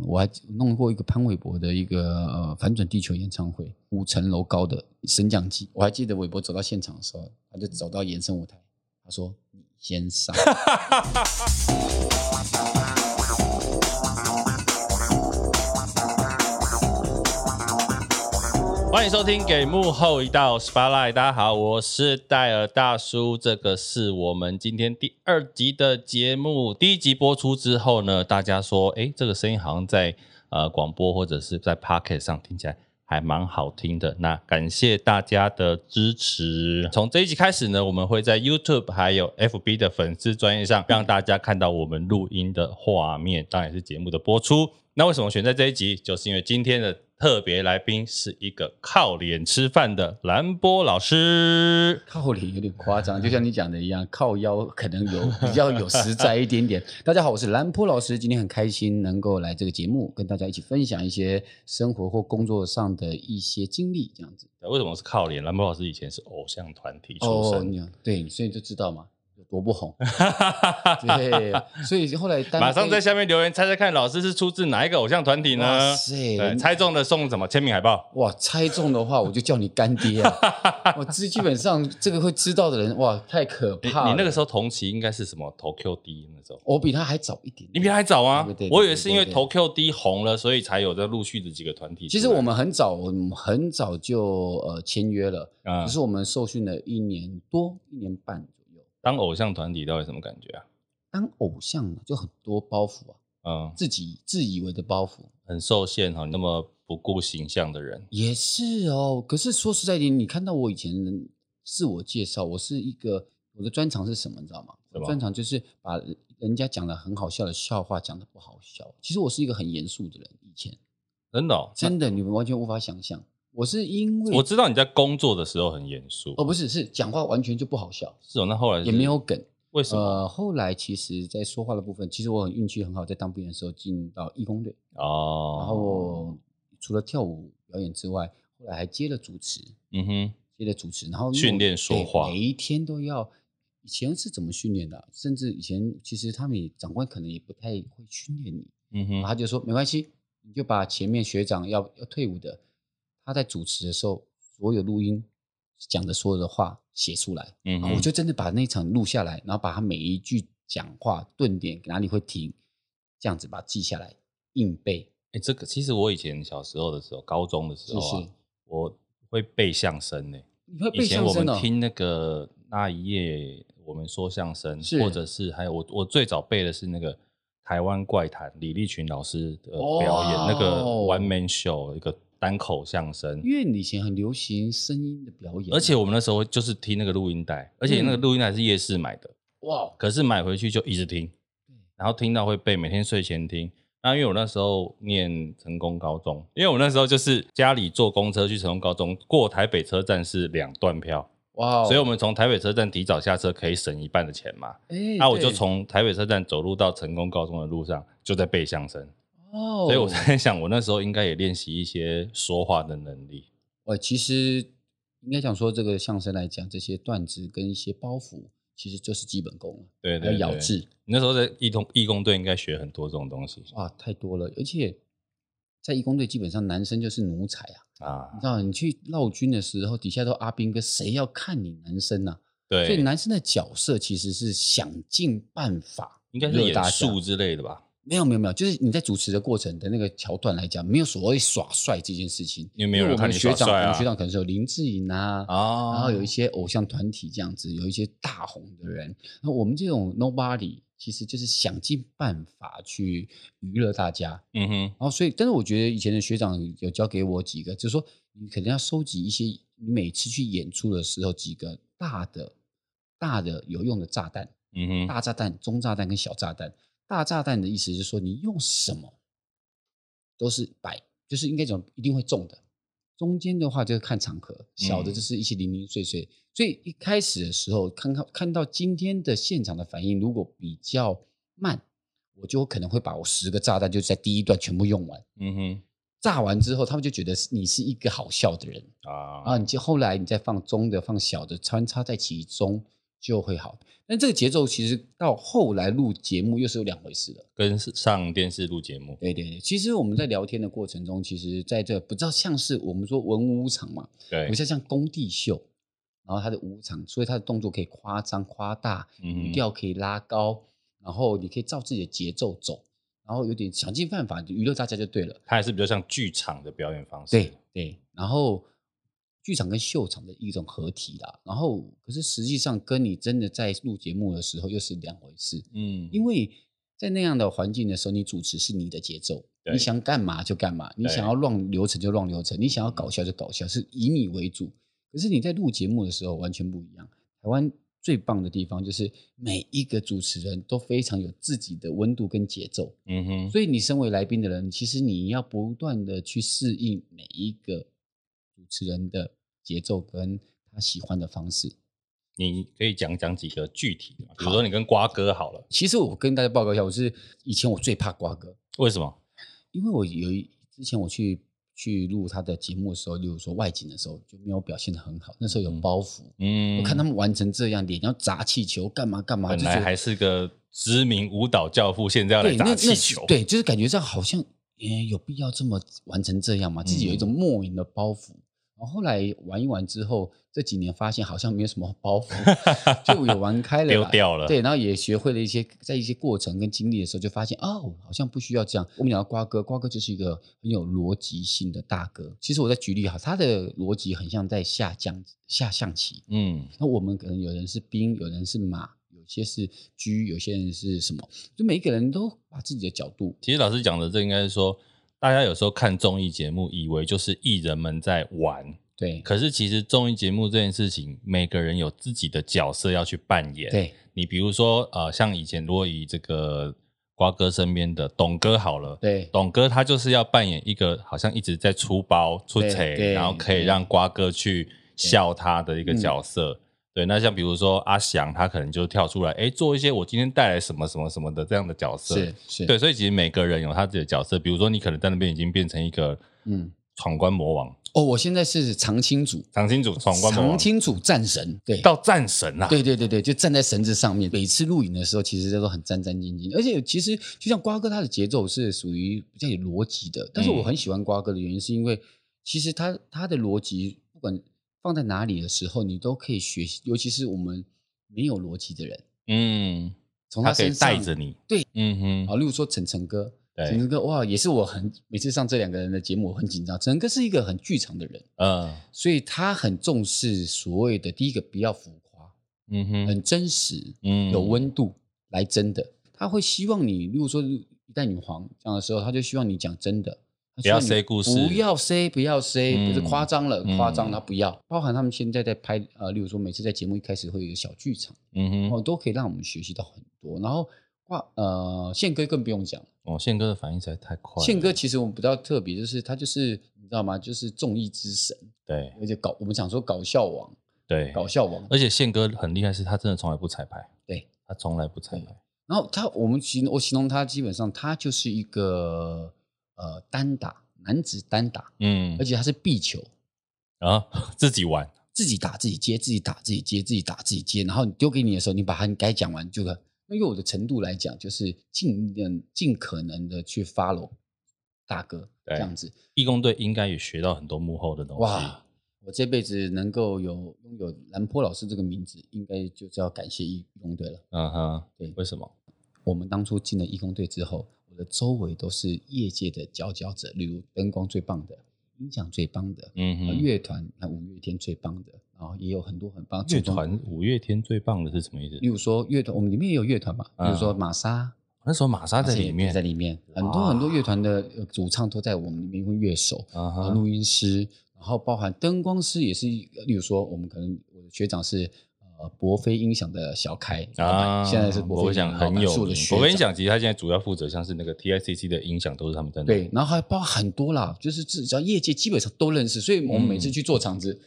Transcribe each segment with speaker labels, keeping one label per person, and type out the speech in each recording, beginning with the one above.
Speaker 1: 我还弄过一个潘玮柏的一个呃反转地球演唱会，五层楼高的升降机。我还记得玮柏走到现场的时候，他就走到延伸舞台，他说：“你先上。”
Speaker 2: 欢迎收听《给幕后一道 spotlight》，大家好，我是戴尔大叔，这个是我们今天第二集的节目。第一集播出之后呢，大家说，哎，这个声音好像在呃广播或者是在 Pocket 上听起来还蛮好听的。那感谢大家的支持。从这一集开始呢，我们会在 YouTube 还有 FB 的粉丝专页上让大家看到我们录音的画面，当然也是节目的播出。那为什么选在这一集？就是因为今天的特别来宾是一个靠脸吃饭的兰波老师。
Speaker 1: 靠脸有点夸张，就像你讲的一样，靠腰可能有比较有实在一点点。大家好，我是兰坡老师，今天很开心能够来这个节目，跟大家一起分享一些生活或工作上的一些经历，这样子。
Speaker 2: 呃为什么是靠脸？兰波老师以前是偶像团体出
Speaker 1: 哦，
Speaker 2: 身，
Speaker 1: 你对，所以就知道嘛，有多不 红。对，所以后来单
Speaker 2: 马上
Speaker 1: 飞
Speaker 2: 在下面留言猜猜看，老师是出自哪一个偶像团体呢
Speaker 1: 哇？塞，
Speaker 2: 对，
Speaker 1: 人
Speaker 2: 猜中了送什么签名海报？
Speaker 1: 哇，猜中的话我就叫你干爹 啊！我知基本上这个会知道的人，哇，太可
Speaker 2: 你
Speaker 1: 怕了。
Speaker 2: 你那个时候同期应该是什么投 Q D 那时候？
Speaker 1: 我比他还早一点
Speaker 2: 你
Speaker 1: 点。
Speaker 2: 比他还早啊
Speaker 1: 对对！对
Speaker 2: 我以为是因为
Speaker 1: 对对对
Speaker 2: 投 Q D 红了，所以才有这陆续的几个团体出
Speaker 1: 其
Speaker 2: 来。
Speaker 1: 实我们很早，我们很早就呃签约了，
Speaker 2: 啊
Speaker 1: 只，是我们受训了一年多、一年半左右。
Speaker 2: 当偶像团体到底什么感觉啊？
Speaker 1: 当偶像嘛就很多包袱啊，
Speaker 2: 嗯，
Speaker 1: 自己自以为的包袱
Speaker 2: 很受限哈，你那么不顾形象的人，
Speaker 1: 也是哦。可是说实在一点，你看到我以前的自我介绍，我是一个我的专长是什么，你知道吗？
Speaker 2: 什么
Speaker 1: 我专长就是把人家讲的很好笑的笑话讲的不好笑。其实我是一个很严肃的人，以前
Speaker 2: 真的、哦。
Speaker 1: 真的你们完全无法想象，我是因为
Speaker 2: 我知道你在工作的时候很严肃，
Speaker 1: 哦不是是讲话完全就不好笑，
Speaker 2: 是哦。那后来是
Speaker 1: 也没有梗。
Speaker 2: 为什么？
Speaker 1: 呃，后来其实，在说话的部分，其实我很运气很好，在当兵的时候进到义工队，
Speaker 2: 哦，
Speaker 1: 然后除了跳舞表演之外，后来还接了主持，
Speaker 2: 嗯哼，
Speaker 1: 接了主持，然后
Speaker 2: 训练说
Speaker 1: 对
Speaker 2: 话
Speaker 1: 每一天都要。以前是怎么训练的啊、甚至以前其实他们也长官可能也不太会训练你，
Speaker 2: 嗯
Speaker 1: 然后
Speaker 2: 哼，
Speaker 1: 他就说没关系，你就把前面学长要要退伍的，他在主持的时候所有录音讲的所有的话写出来，
Speaker 2: 嗯
Speaker 1: 啊
Speaker 2: 哼，
Speaker 1: 我就真的把那一场录下来，然后把他每一句讲话顿点哪里会停，这样子把它记下来，硬背。
Speaker 2: 哎、这个其实我以前小时候的时候，高中的时候啊，
Speaker 1: 是是
Speaker 2: 我会背相声呢、
Speaker 1: 你会背
Speaker 2: 以前
Speaker 1: 相
Speaker 2: 我
Speaker 1: 声
Speaker 2: 们
Speaker 1: 哦？
Speaker 2: 听那个那一夜，我们说相声，
Speaker 1: 是
Speaker 2: 或者是还有我我最早背的是那个台湾怪谈李立群老师的表演、
Speaker 1: 哇哦
Speaker 2: 那个 One Man Show 一个单口相声。
Speaker 1: 因为以前很流行声音的表演，啊
Speaker 2: 而且我们那时候就是听那个录音带，而且那个
Speaker 1: 嗯
Speaker 2: 录音带是夜市买的，
Speaker 1: 哇，哦
Speaker 2: 可是买回去就一直听，
Speaker 1: 嗯
Speaker 2: 然后听到会背，每天睡前听。那因为我那时候念成功高中，因为我那时候就是家里坐公车去成功高中，过台北车站是两段票，
Speaker 1: 哇哦，
Speaker 2: 所以我们从台北车站提早下车可以省一半的钱嘛。
Speaker 1: 哎，
Speaker 2: 啊那我
Speaker 1: 对
Speaker 2: 就从台北车站走路到成功高中的路上就在背相声，
Speaker 1: 哦，
Speaker 2: 所以我在想，我那时候应该也练习一些说话的能力。
Speaker 1: 呃，其实应该讲说这个相声来讲，这些段子跟一些包袱，其实就是基本功了，还
Speaker 2: 对
Speaker 1: 有
Speaker 2: 对对，
Speaker 1: 咬字
Speaker 2: 你那时候在义工义工队应该学很多这种东西
Speaker 1: 哇，太多了，而且。在义工队，基本上男生就是奴才啊！
Speaker 2: 啊
Speaker 1: 你。知道，你去绕军的时候，底下都阿兵哥，谁要看你男生呐、
Speaker 2: 对，
Speaker 1: 所以男生的角色其实是想尽办法，
Speaker 2: 应该是
Speaker 1: 大
Speaker 2: 演
Speaker 1: 家
Speaker 2: 术之类的吧？
Speaker 1: 没有没有没有，就是你在主持的过程的那个桥段来讲，没有所谓耍帅这件事情，
Speaker 2: 因为没有人
Speaker 1: 我们
Speaker 2: 看你
Speaker 1: 学
Speaker 2: 耍
Speaker 1: 长，
Speaker 2: 帅
Speaker 1: 我
Speaker 2: 啊
Speaker 1: 们学长可能是有林志颖啊，
Speaker 2: 啊
Speaker 1: 然后有一些偶像团体这样子，有一些大红的人，那我们这种 nobody 其实就是想尽办法去娱乐大家，
Speaker 2: 嗯哼，
Speaker 1: 然后所以，但是我觉得以前的学长有教给我几个，就是说你可能要收集一些你每次去演出的时候几个大的、大的有用的炸弹，
Speaker 2: 嗯哼，
Speaker 1: 大炸弹、中炸弹跟小炸弹。大炸弹的意思是说，你用什么都是摆，就是应该讲一定会中的。中间的话就是看场合，小的就是一些零零碎碎。所以一开始的时候，看看看到今天的现场的反应，如果比较慢，我就可能会把我十个炸弹就在第一段全部用完。
Speaker 2: 嗯哼，
Speaker 1: 炸完之后，他们就觉得是你是一个好笑的人
Speaker 2: 啊
Speaker 1: 啊！你就后来你再放中的、放小的，穿插在其中，就会好。但这个节奏其实到后来录节目又是有两回事了。
Speaker 2: 跟上电视录节目，
Speaker 1: 对对对，其实我们在聊天的过程中，其实在这不知道像是我们说文武场嘛，
Speaker 2: 对
Speaker 1: 不，像像工地秀，然后他的舞场，所以他的动作可以夸张夸大，
Speaker 2: 嗯
Speaker 1: 语调可以拉高，然后你可以照自己的节奏走，然后有点想尽办法娱乐大家就对了。
Speaker 2: 它还是比较像剧场的表演方式。
Speaker 1: 对对，然后剧场跟秀场的一种合体啦。然后可是实际上跟你真的在录节目的时候又是两回事，
Speaker 2: 嗯，
Speaker 1: 因为在那样的环境的时候，你主持是你的节奏，
Speaker 2: 对
Speaker 1: 你想干嘛就干嘛，你
Speaker 2: 对嗯
Speaker 1: 想要乱流程就乱流程，你想要搞笑就搞笑，是以你为主。可是你在录节目的时候完全不一样。台湾最棒的地方就是每一个主持人都非常有自己的温度跟节奏。
Speaker 2: 嗯哼，
Speaker 1: 所以你身为来宾的人，其实你要不断的去适应每一个主持人的节奏跟他喜欢的方式。
Speaker 2: 你可以讲讲几个具体的吗，比如说你跟瓜哥好了，
Speaker 1: 其实我跟大家报告一下，我是以前我最怕瓜哥，
Speaker 2: 为什么？
Speaker 1: 因为我有一之前我去去录他的节目的时候，例如说外景的时候就没有表现的很好，那时候有包袱，
Speaker 2: 嗯，
Speaker 1: 我看他们玩成这样，脸要砸气球干嘛干嘛，
Speaker 2: 本
Speaker 1: 就
Speaker 2: 来
Speaker 1: 觉得
Speaker 2: 还是个知名舞蹈教父，现在要来
Speaker 1: 对那
Speaker 2: 砸
Speaker 1: 那
Speaker 2: 气
Speaker 1: 是
Speaker 2: 球，
Speaker 1: 对，就是感觉上好像也有必要这么玩成这样嘛，自己有一种
Speaker 2: 嗯
Speaker 1: 莫名的包袱。然后后来玩一玩之后，这几年发现好像没有什么包袱， 就有玩开了啦，
Speaker 2: 丢掉了
Speaker 1: 对，然后也学会了一些，在一些过程跟经历的时候，就发现哦，好像不需要这样。我们讲到瓜哥，瓜哥就是一个很有逻辑性的大哥。其实我在举例哈，他的逻辑很像在下降下象棋。
Speaker 2: 嗯，
Speaker 1: 那我们可能有人是兵，有人是马，有些是车，有些人是什么？就每一个人都把自己的角度，
Speaker 2: 其实老师讲的，这应该是说，大家有时候看综艺节目，以为就是艺人们在玩，
Speaker 1: 对
Speaker 2: 可是其实综艺节目这件事情，每个人有自己的角色要去扮演。，
Speaker 1: 对
Speaker 2: 你比如说，呃，像以前如果以这个瓜哥身边的董哥好了。
Speaker 1: 对
Speaker 2: 董哥他就是要扮演一个好像一直在出包出
Speaker 1: 对
Speaker 2: 丑，
Speaker 1: 对
Speaker 2: 然后可以
Speaker 1: 对
Speaker 2: 让瓜哥去笑他的一个角色。对，那像比如说阿翔，他可能就跳出来，哎，做一些我今天带来什么什么什么的这样的角色。
Speaker 1: 是是，
Speaker 2: 对，所以其实每个人有他自己的角色，比如说你可能在那边已经变成一个
Speaker 1: 嗯，
Speaker 2: 闯关魔王、
Speaker 1: 哦，我现在是长青组，
Speaker 2: 长青组闯关魔
Speaker 1: 长
Speaker 2: 王
Speaker 1: 青组战神，对。
Speaker 2: 到战神啊，
Speaker 1: 对对对对，就站在绳子上面。每次录影的时候，其实都很战战兢兢，而且其实就像瓜哥他的节奏是属于比较有逻辑的，但是
Speaker 2: 嗯
Speaker 1: 我很喜欢瓜哥的原因是因为，其实他他的逻辑不管放在哪里的时候，你都可以学习，尤其是我们没有逻辑的人，
Speaker 2: 嗯，
Speaker 1: 从
Speaker 2: 他可
Speaker 1: 身
Speaker 2: 以
Speaker 1: 上
Speaker 2: 带着你，
Speaker 1: 对，
Speaker 2: 嗯
Speaker 1: 啊，
Speaker 2: 哼，
Speaker 1: 例如说晨晨哥，
Speaker 2: 对
Speaker 1: 晨晨哥哇，也是我很每次上这两个人的节目，我很紧张。晨晨哥是一个很剧场的人，
Speaker 2: 呃，
Speaker 1: 所以他很重视所谓的第一个不要浮夸，
Speaker 2: 嗯哼，
Speaker 1: 很真实，
Speaker 2: 嗯
Speaker 1: 有温度来真的。他会希望你，如果说一代女皇这样的时候，他就希望你讲真的。他希望你
Speaker 2: 不要 say 故事
Speaker 1: 不要 say，不要 say，、
Speaker 2: 嗯
Speaker 1: 就是夸张了，
Speaker 2: 嗯
Speaker 1: 夸张他不要。包含他们现在在拍，呃，例如说每次在节目一开始会有一个小剧场，
Speaker 2: 嗯
Speaker 1: 然
Speaker 2: 哼，
Speaker 1: 后都可以让我们学习到很多。然后挂呃宪哥更不用讲，
Speaker 2: 哦，宪哥的反应实在太快了，
Speaker 1: 宪哥其实我们比较特别，就是他就是你知道吗？就是综艺之神，
Speaker 2: 对
Speaker 1: 而且搞我们讲说搞笑王，
Speaker 2: 对，
Speaker 1: 搞笑王。
Speaker 2: 而且宪哥很厉害，是他真的从来不彩排，
Speaker 1: 对，
Speaker 2: 他从来不彩排，
Speaker 1: 然后他我们形我形容他基本上他就是一个呃单打男子单打，
Speaker 2: 嗯
Speaker 1: 而，且他是壁球，
Speaker 2: 然后 自己玩，
Speaker 1: 自己打自己接，自己打自己接，自己打自己接。然后你丢给你的时候，你把它你该讲完就可。那用我的程度来讲，就是尽量尽可能的去 follow 大哥
Speaker 2: 对
Speaker 1: 这样子。
Speaker 2: 义工队应该也学到很多幕后的东西，
Speaker 1: 哇，我这辈子能够有拥有兰坡老师这个名字，应该就是要感谢义工队了。
Speaker 2: 嗯哼，
Speaker 1: 对
Speaker 2: 为什么？
Speaker 1: 我们当初进了义工队之后，我的周围都是业界的佼佼者，例如灯光最棒的，音响最棒的，
Speaker 2: 嗯
Speaker 1: 呃
Speaker 2: 哼，
Speaker 1: 乐团那五月天最棒的，然后也有很多很棒
Speaker 2: 乐，团五月天最棒的是什么意思
Speaker 1: 例？如说乐团，我们里面也有乐团嘛，比
Speaker 2: 嗯
Speaker 1: 如说玛莎
Speaker 2: 那时候玛莎在里面
Speaker 1: 在，里面，很多
Speaker 2: 哇
Speaker 1: 很多乐团的呃主唱都在我们里面，因为乐手，
Speaker 2: 啊
Speaker 1: 然后
Speaker 2: 哈，
Speaker 1: 录音师，然后包含灯光师也是一个，例如说我们可能我的学长是呃博飞音响的小开
Speaker 2: 啊
Speaker 1: 老板现在是博飞
Speaker 2: 我
Speaker 1: 音响的
Speaker 2: 想
Speaker 1: 老
Speaker 2: 很
Speaker 1: 板
Speaker 2: 有
Speaker 1: 是我的
Speaker 2: 名。
Speaker 1: 学
Speaker 2: 我跟你
Speaker 1: 长
Speaker 2: 讲，其实他现在主要负责像是那个 TICC 的音响都是他们在弄
Speaker 1: 对，，然后还包含很多啦，就是至只要业界基本上都认识，所以我们每次去做场子、都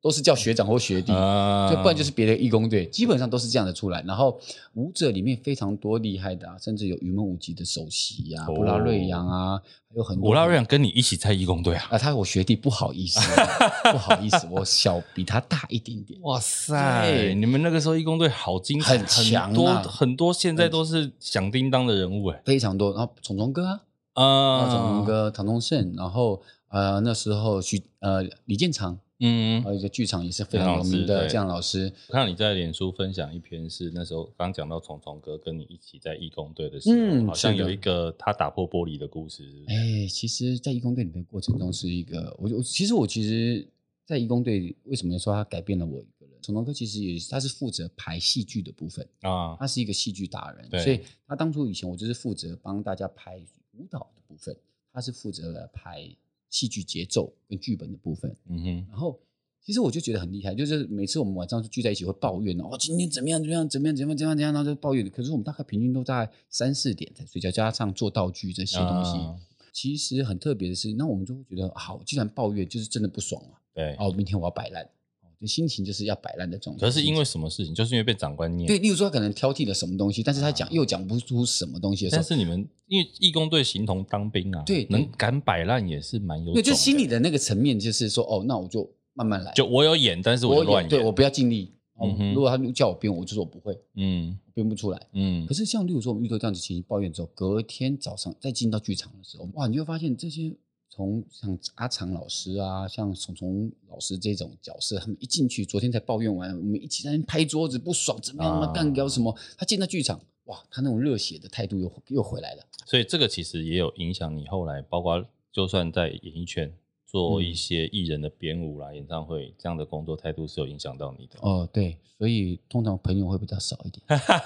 Speaker 1: 都是叫学长或学弟，
Speaker 2: 嗯啊
Speaker 1: 就不然就是别的义工队，基本上都是这样的出来。然后舞者里面非常多厉害的、啊，甚至有云门舞集的首席呀、啊，
Speaker 2: 哦
Speaker 1: 布拉瑞扬啊，还有很多
Speaker 2: 我拉瑞阳跟你一起在义工队啊！
Speaker 1: 啊，他是我学弟，不好意思，啊不好意思，我小比他大一点点。
Speaker 2: 哇塞，
Speaker 1: 对
Speaker 2: 你们那个时候义工队好精彩，
Speaker 1: 很强啊
Speaker 2: 多很多，现在都是响叮当的人物哎、
Speaker 1: 非常多，然后虫虫哥啊，
Speaker 2: 啊
Speaker 1: 啊，虫虫，哥、唐宗盛，然后呃那时候许呃李建长，
Speaker 2: 嗯，
Speaker 1: 还有一个剧场也是非
Speaker 2: 姜
Speaker 1: 常有
Speaker 2: 老师
Speaker 1: 名的
Speaker 2: 对
Speaker 1: 这样老师，
Speaker 2: 我看到你在脸书分享一篇是那时候刚讲到虫虫哥跟你一起在义工队的时候，
Speaker 1: 嗯
Speaker 2: 好像
Speaker 1: 是的
Speaker 2: 有一个他打破玻璃的故事。
Speaker 1: 哎、其实，在义工队里面的过程中是一个，我我其实我其实，在义工队为什么说它改变了我一个人？成龙哥其实也是他是负责排戏剧的部分，
Speaker 2: 啊，
Speaker 1: 他是一个戏剧达人
Speaker 2: 对，
Speaker 1: 所以他当初以前我就是负责帮大家排舞蹈的部分，他是负责排戏剧节奏跟剧本的部分。
Speaker 2: 嗯哼，
Speaker 1: 然后其实我就觉得很厉害，就是每次我们晚上就聚在一起会抱怨哦，今天怎么样怎么样怎么样怎么样怎么样怎么样，然后就抱怨。可是我们大概平均都在三四点才睡觉，加上做道具这些东西。
Speaker 2: 啊
Speaker 1: 其实很特别的是，那我们就会觉得，好，既然抱怨，就是真的不爽嘛、
Speaker 2: 对。
Speaker 1: 啊。哦，明天我要摆烂，哦就心情就是要摆烂的状态。
Speaker 2: 可是因为什么事情？就是因为被长官念。
Speaker 1: 对，例如说他可能挑剔了什么东西，但是他讲、又讲不出什么东西的时
Speaker 2: 啊但
Speaker 1: 候，
Speaker 2: 是你们因为义工队形同当兵啊，
Speaker 1: 对对
Speaker 2: 能敢摆烂也是蛮有种的。
Speaker 1: 对，就心里的那个层面，就是说，哦，那我就慢慢来，
Speaker 2: 就我有演，但是
Speaker 1: 我
Speaker 2: 我就乱演。
Speaker 1: 对我不要尽力。哦
Speaker 2: 嗯哼
Speaker 1: 如果他叫我编，我就说我不会，
Speaker 2: 嗯
Speaker 1: 编不出来。
Speaker 2: 嗯
Speaker 1: 可，是像例如说我们遇到这样子情形抱怨之后，隔天早上再进到剧场的时候，哇，你就会发现这些从像阿长老师啊，像虫虫老师这种角色，他们一进去，昨天才抱怨完，我们一起在那边拍桌子，不爽怎么样？
Speaker 2: 啊
Speaker 1: 那干掉什么？他进到剧场，哇，他那种热血的态度又又回来了。
Speaker 2: 所以这个其实也有影响你后来，包括就算在演艺圈做
Speaker 1: 嗯
Speaker 2: 一些艺人的编舞啦、演唱会这样的工作态度是有影响到你的。
Speaker 1: 哦，对，所以通常朋友会比较少一点。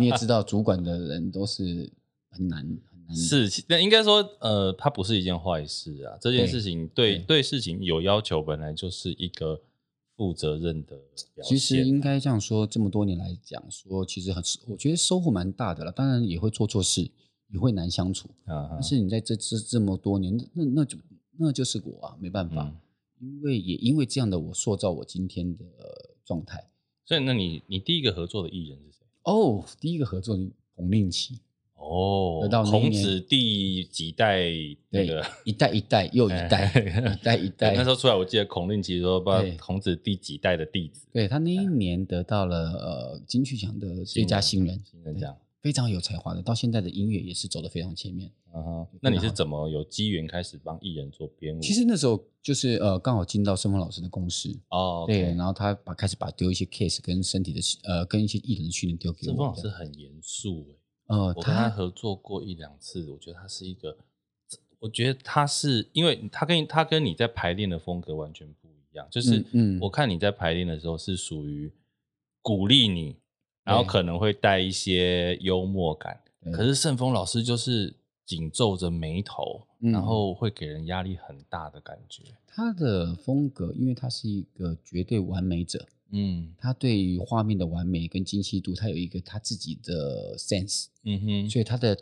Speaker 1: 你也知道，主管的人都是很难很难。
Speaker 2: 是，其那应该说，呃，它不是一件坏事啊。这件事情对对
Speaker 1: 对
Speaker 2: 事情有要求，本来就是一个负责任的表现。啊
Speaker 1: 其实应该这样说，这么多年来讲说，其实很，我觉得收获蛮大的了。当然也会做错事，也会难相处。
Speaker 2: 啊哈，
Speaker 1: 但是你在这这这么多年，那那就那就是我啊，没办法，
Speaker 2: 嗯
Speaker 1: 因为也因为这样的我塑造我今天的、呃状态。
Speaker 2: 所以那你你第一个合作的艺人是谁？
Speaker 1: 哦，第一个合作的彭令奇，
Speaker 2: 哦
Speaker 1: 得到，那一
Speaker 2: 孔
Speaker 1: 年
Speaker 2: 子第几代那
Speaker 1: 对，
Speaker 2: 个？
Speaker 1: 一代一代又一代，
Speaker 2: 哎
Speaker 1: 一代一
Speaker 2: 对，
Speaker 1: 代
Speaker 2: 那时。候出来，我记得孔令奇说，不知
Speaker 1: 对
Speaker 2: 道孔子第几代的弟子，
Speaker 1: 对他那一年得到了呃金曲奖的最佳新人，
Speaker 2: 新人奖。
Speaker 1: 非常有才华的，到现在的音乐也是走得非常前面。
Speaker 2: 嗯哼，那你是怎么有机缘开始帮艺人做编舞？
Speaker 1: 其实那时候就是呃，刚好进到盛峰老师的公司，
Speaker 2: 哦，
Speaker 1: 对，
Speaker 2: OK，
Speaker 1: 然后他把开始把丢一些 case 跟身体的呃跟一些艺人的训练丢给
Speaker 2: 郑峰
Speaker 1: 我
Speaker 2: 老
Speaker 1: 的。
Speaker 2: 师很严肃诶，
Speaker 1: 呃，
Speaker 2: 我跟
Speaker 1: 他
Speaker 2: 他合作过一两次，我觉得他是一个，我觉得他是因为他跟他跟你在排练的风格完全不一样，就是
Speaker 1: 嗯嗯
Speaker 2: 我看你在排练的时候是属于鼓励你，然后
Speaker 1: 对
Speaker 2: 可能会带一些幽默感，
Speaker 1: 对
Speaker 2: 可是盛峰老师就是紧皱着眉头，
Speaker 1: 嗯
Speaker 2: 然后会给人压力很大的感觉。
Speaker 1: 他的风格，因为他是一个绝对完美者，
Speaker 2: 嗯
Speaker 1: 他对于画面的完美跟精细度，他有一个他自己的 sense，
Speaker 2: 嗯哼，
Speaker 1: 所以他的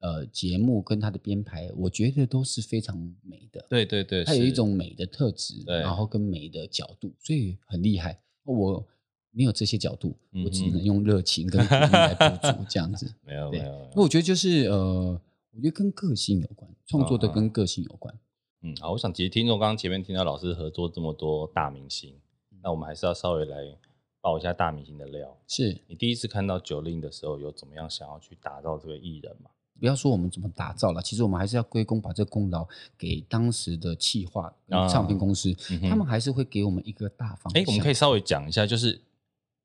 Speaker 1: 呃节目跟他的编排，我觉得都是非常美的。
Speaker 2: 对对对，
Speaker 1: 它有
Speaker 2: 是
Speaker 1: 一种美的特质，
Speaker 2: 对
Speaker 1: 然后跟美的角度，所以很厉害。我没有这些角度，我只
Speaker 2: 嗯哼
Speaker 1: 能用热情跟鼓励来补足这样子。
Speaker 2: 没有没
Speaker 1: 对
Speaker 2: 有没
Speaker 1: 那
Speaker 2: 有，
Speaker 1: 我觉得就是呃，我觉得跟个性有关，创
Speaker 2: 啊
Speaker 1: 作的跟个性有关。
Speaker 2: 嗯，好，我想其实听众刚刚前面听到老师合作这么多大明星，
Speaker 1: 嗯
Speaker 2: 那我们还是要稍微来爆一下大明星的料。
Speaker 1: 是
Speaker 2: 你第一次看到九令的时候，有怎么样想要去打造这个艺人嘛？
Speaker 1: 不要说我们怎么打造了，其实我们还是要归功把这个功劳给当时的企划、
Speaker 2: 啊
Speaker 1: 唱片公司，
Speaker 2: 嗯哼
Speaker 1: 他们还是会给我们一个大方向。
Speaker 2: 哎、我们可以稍微讲一下，就是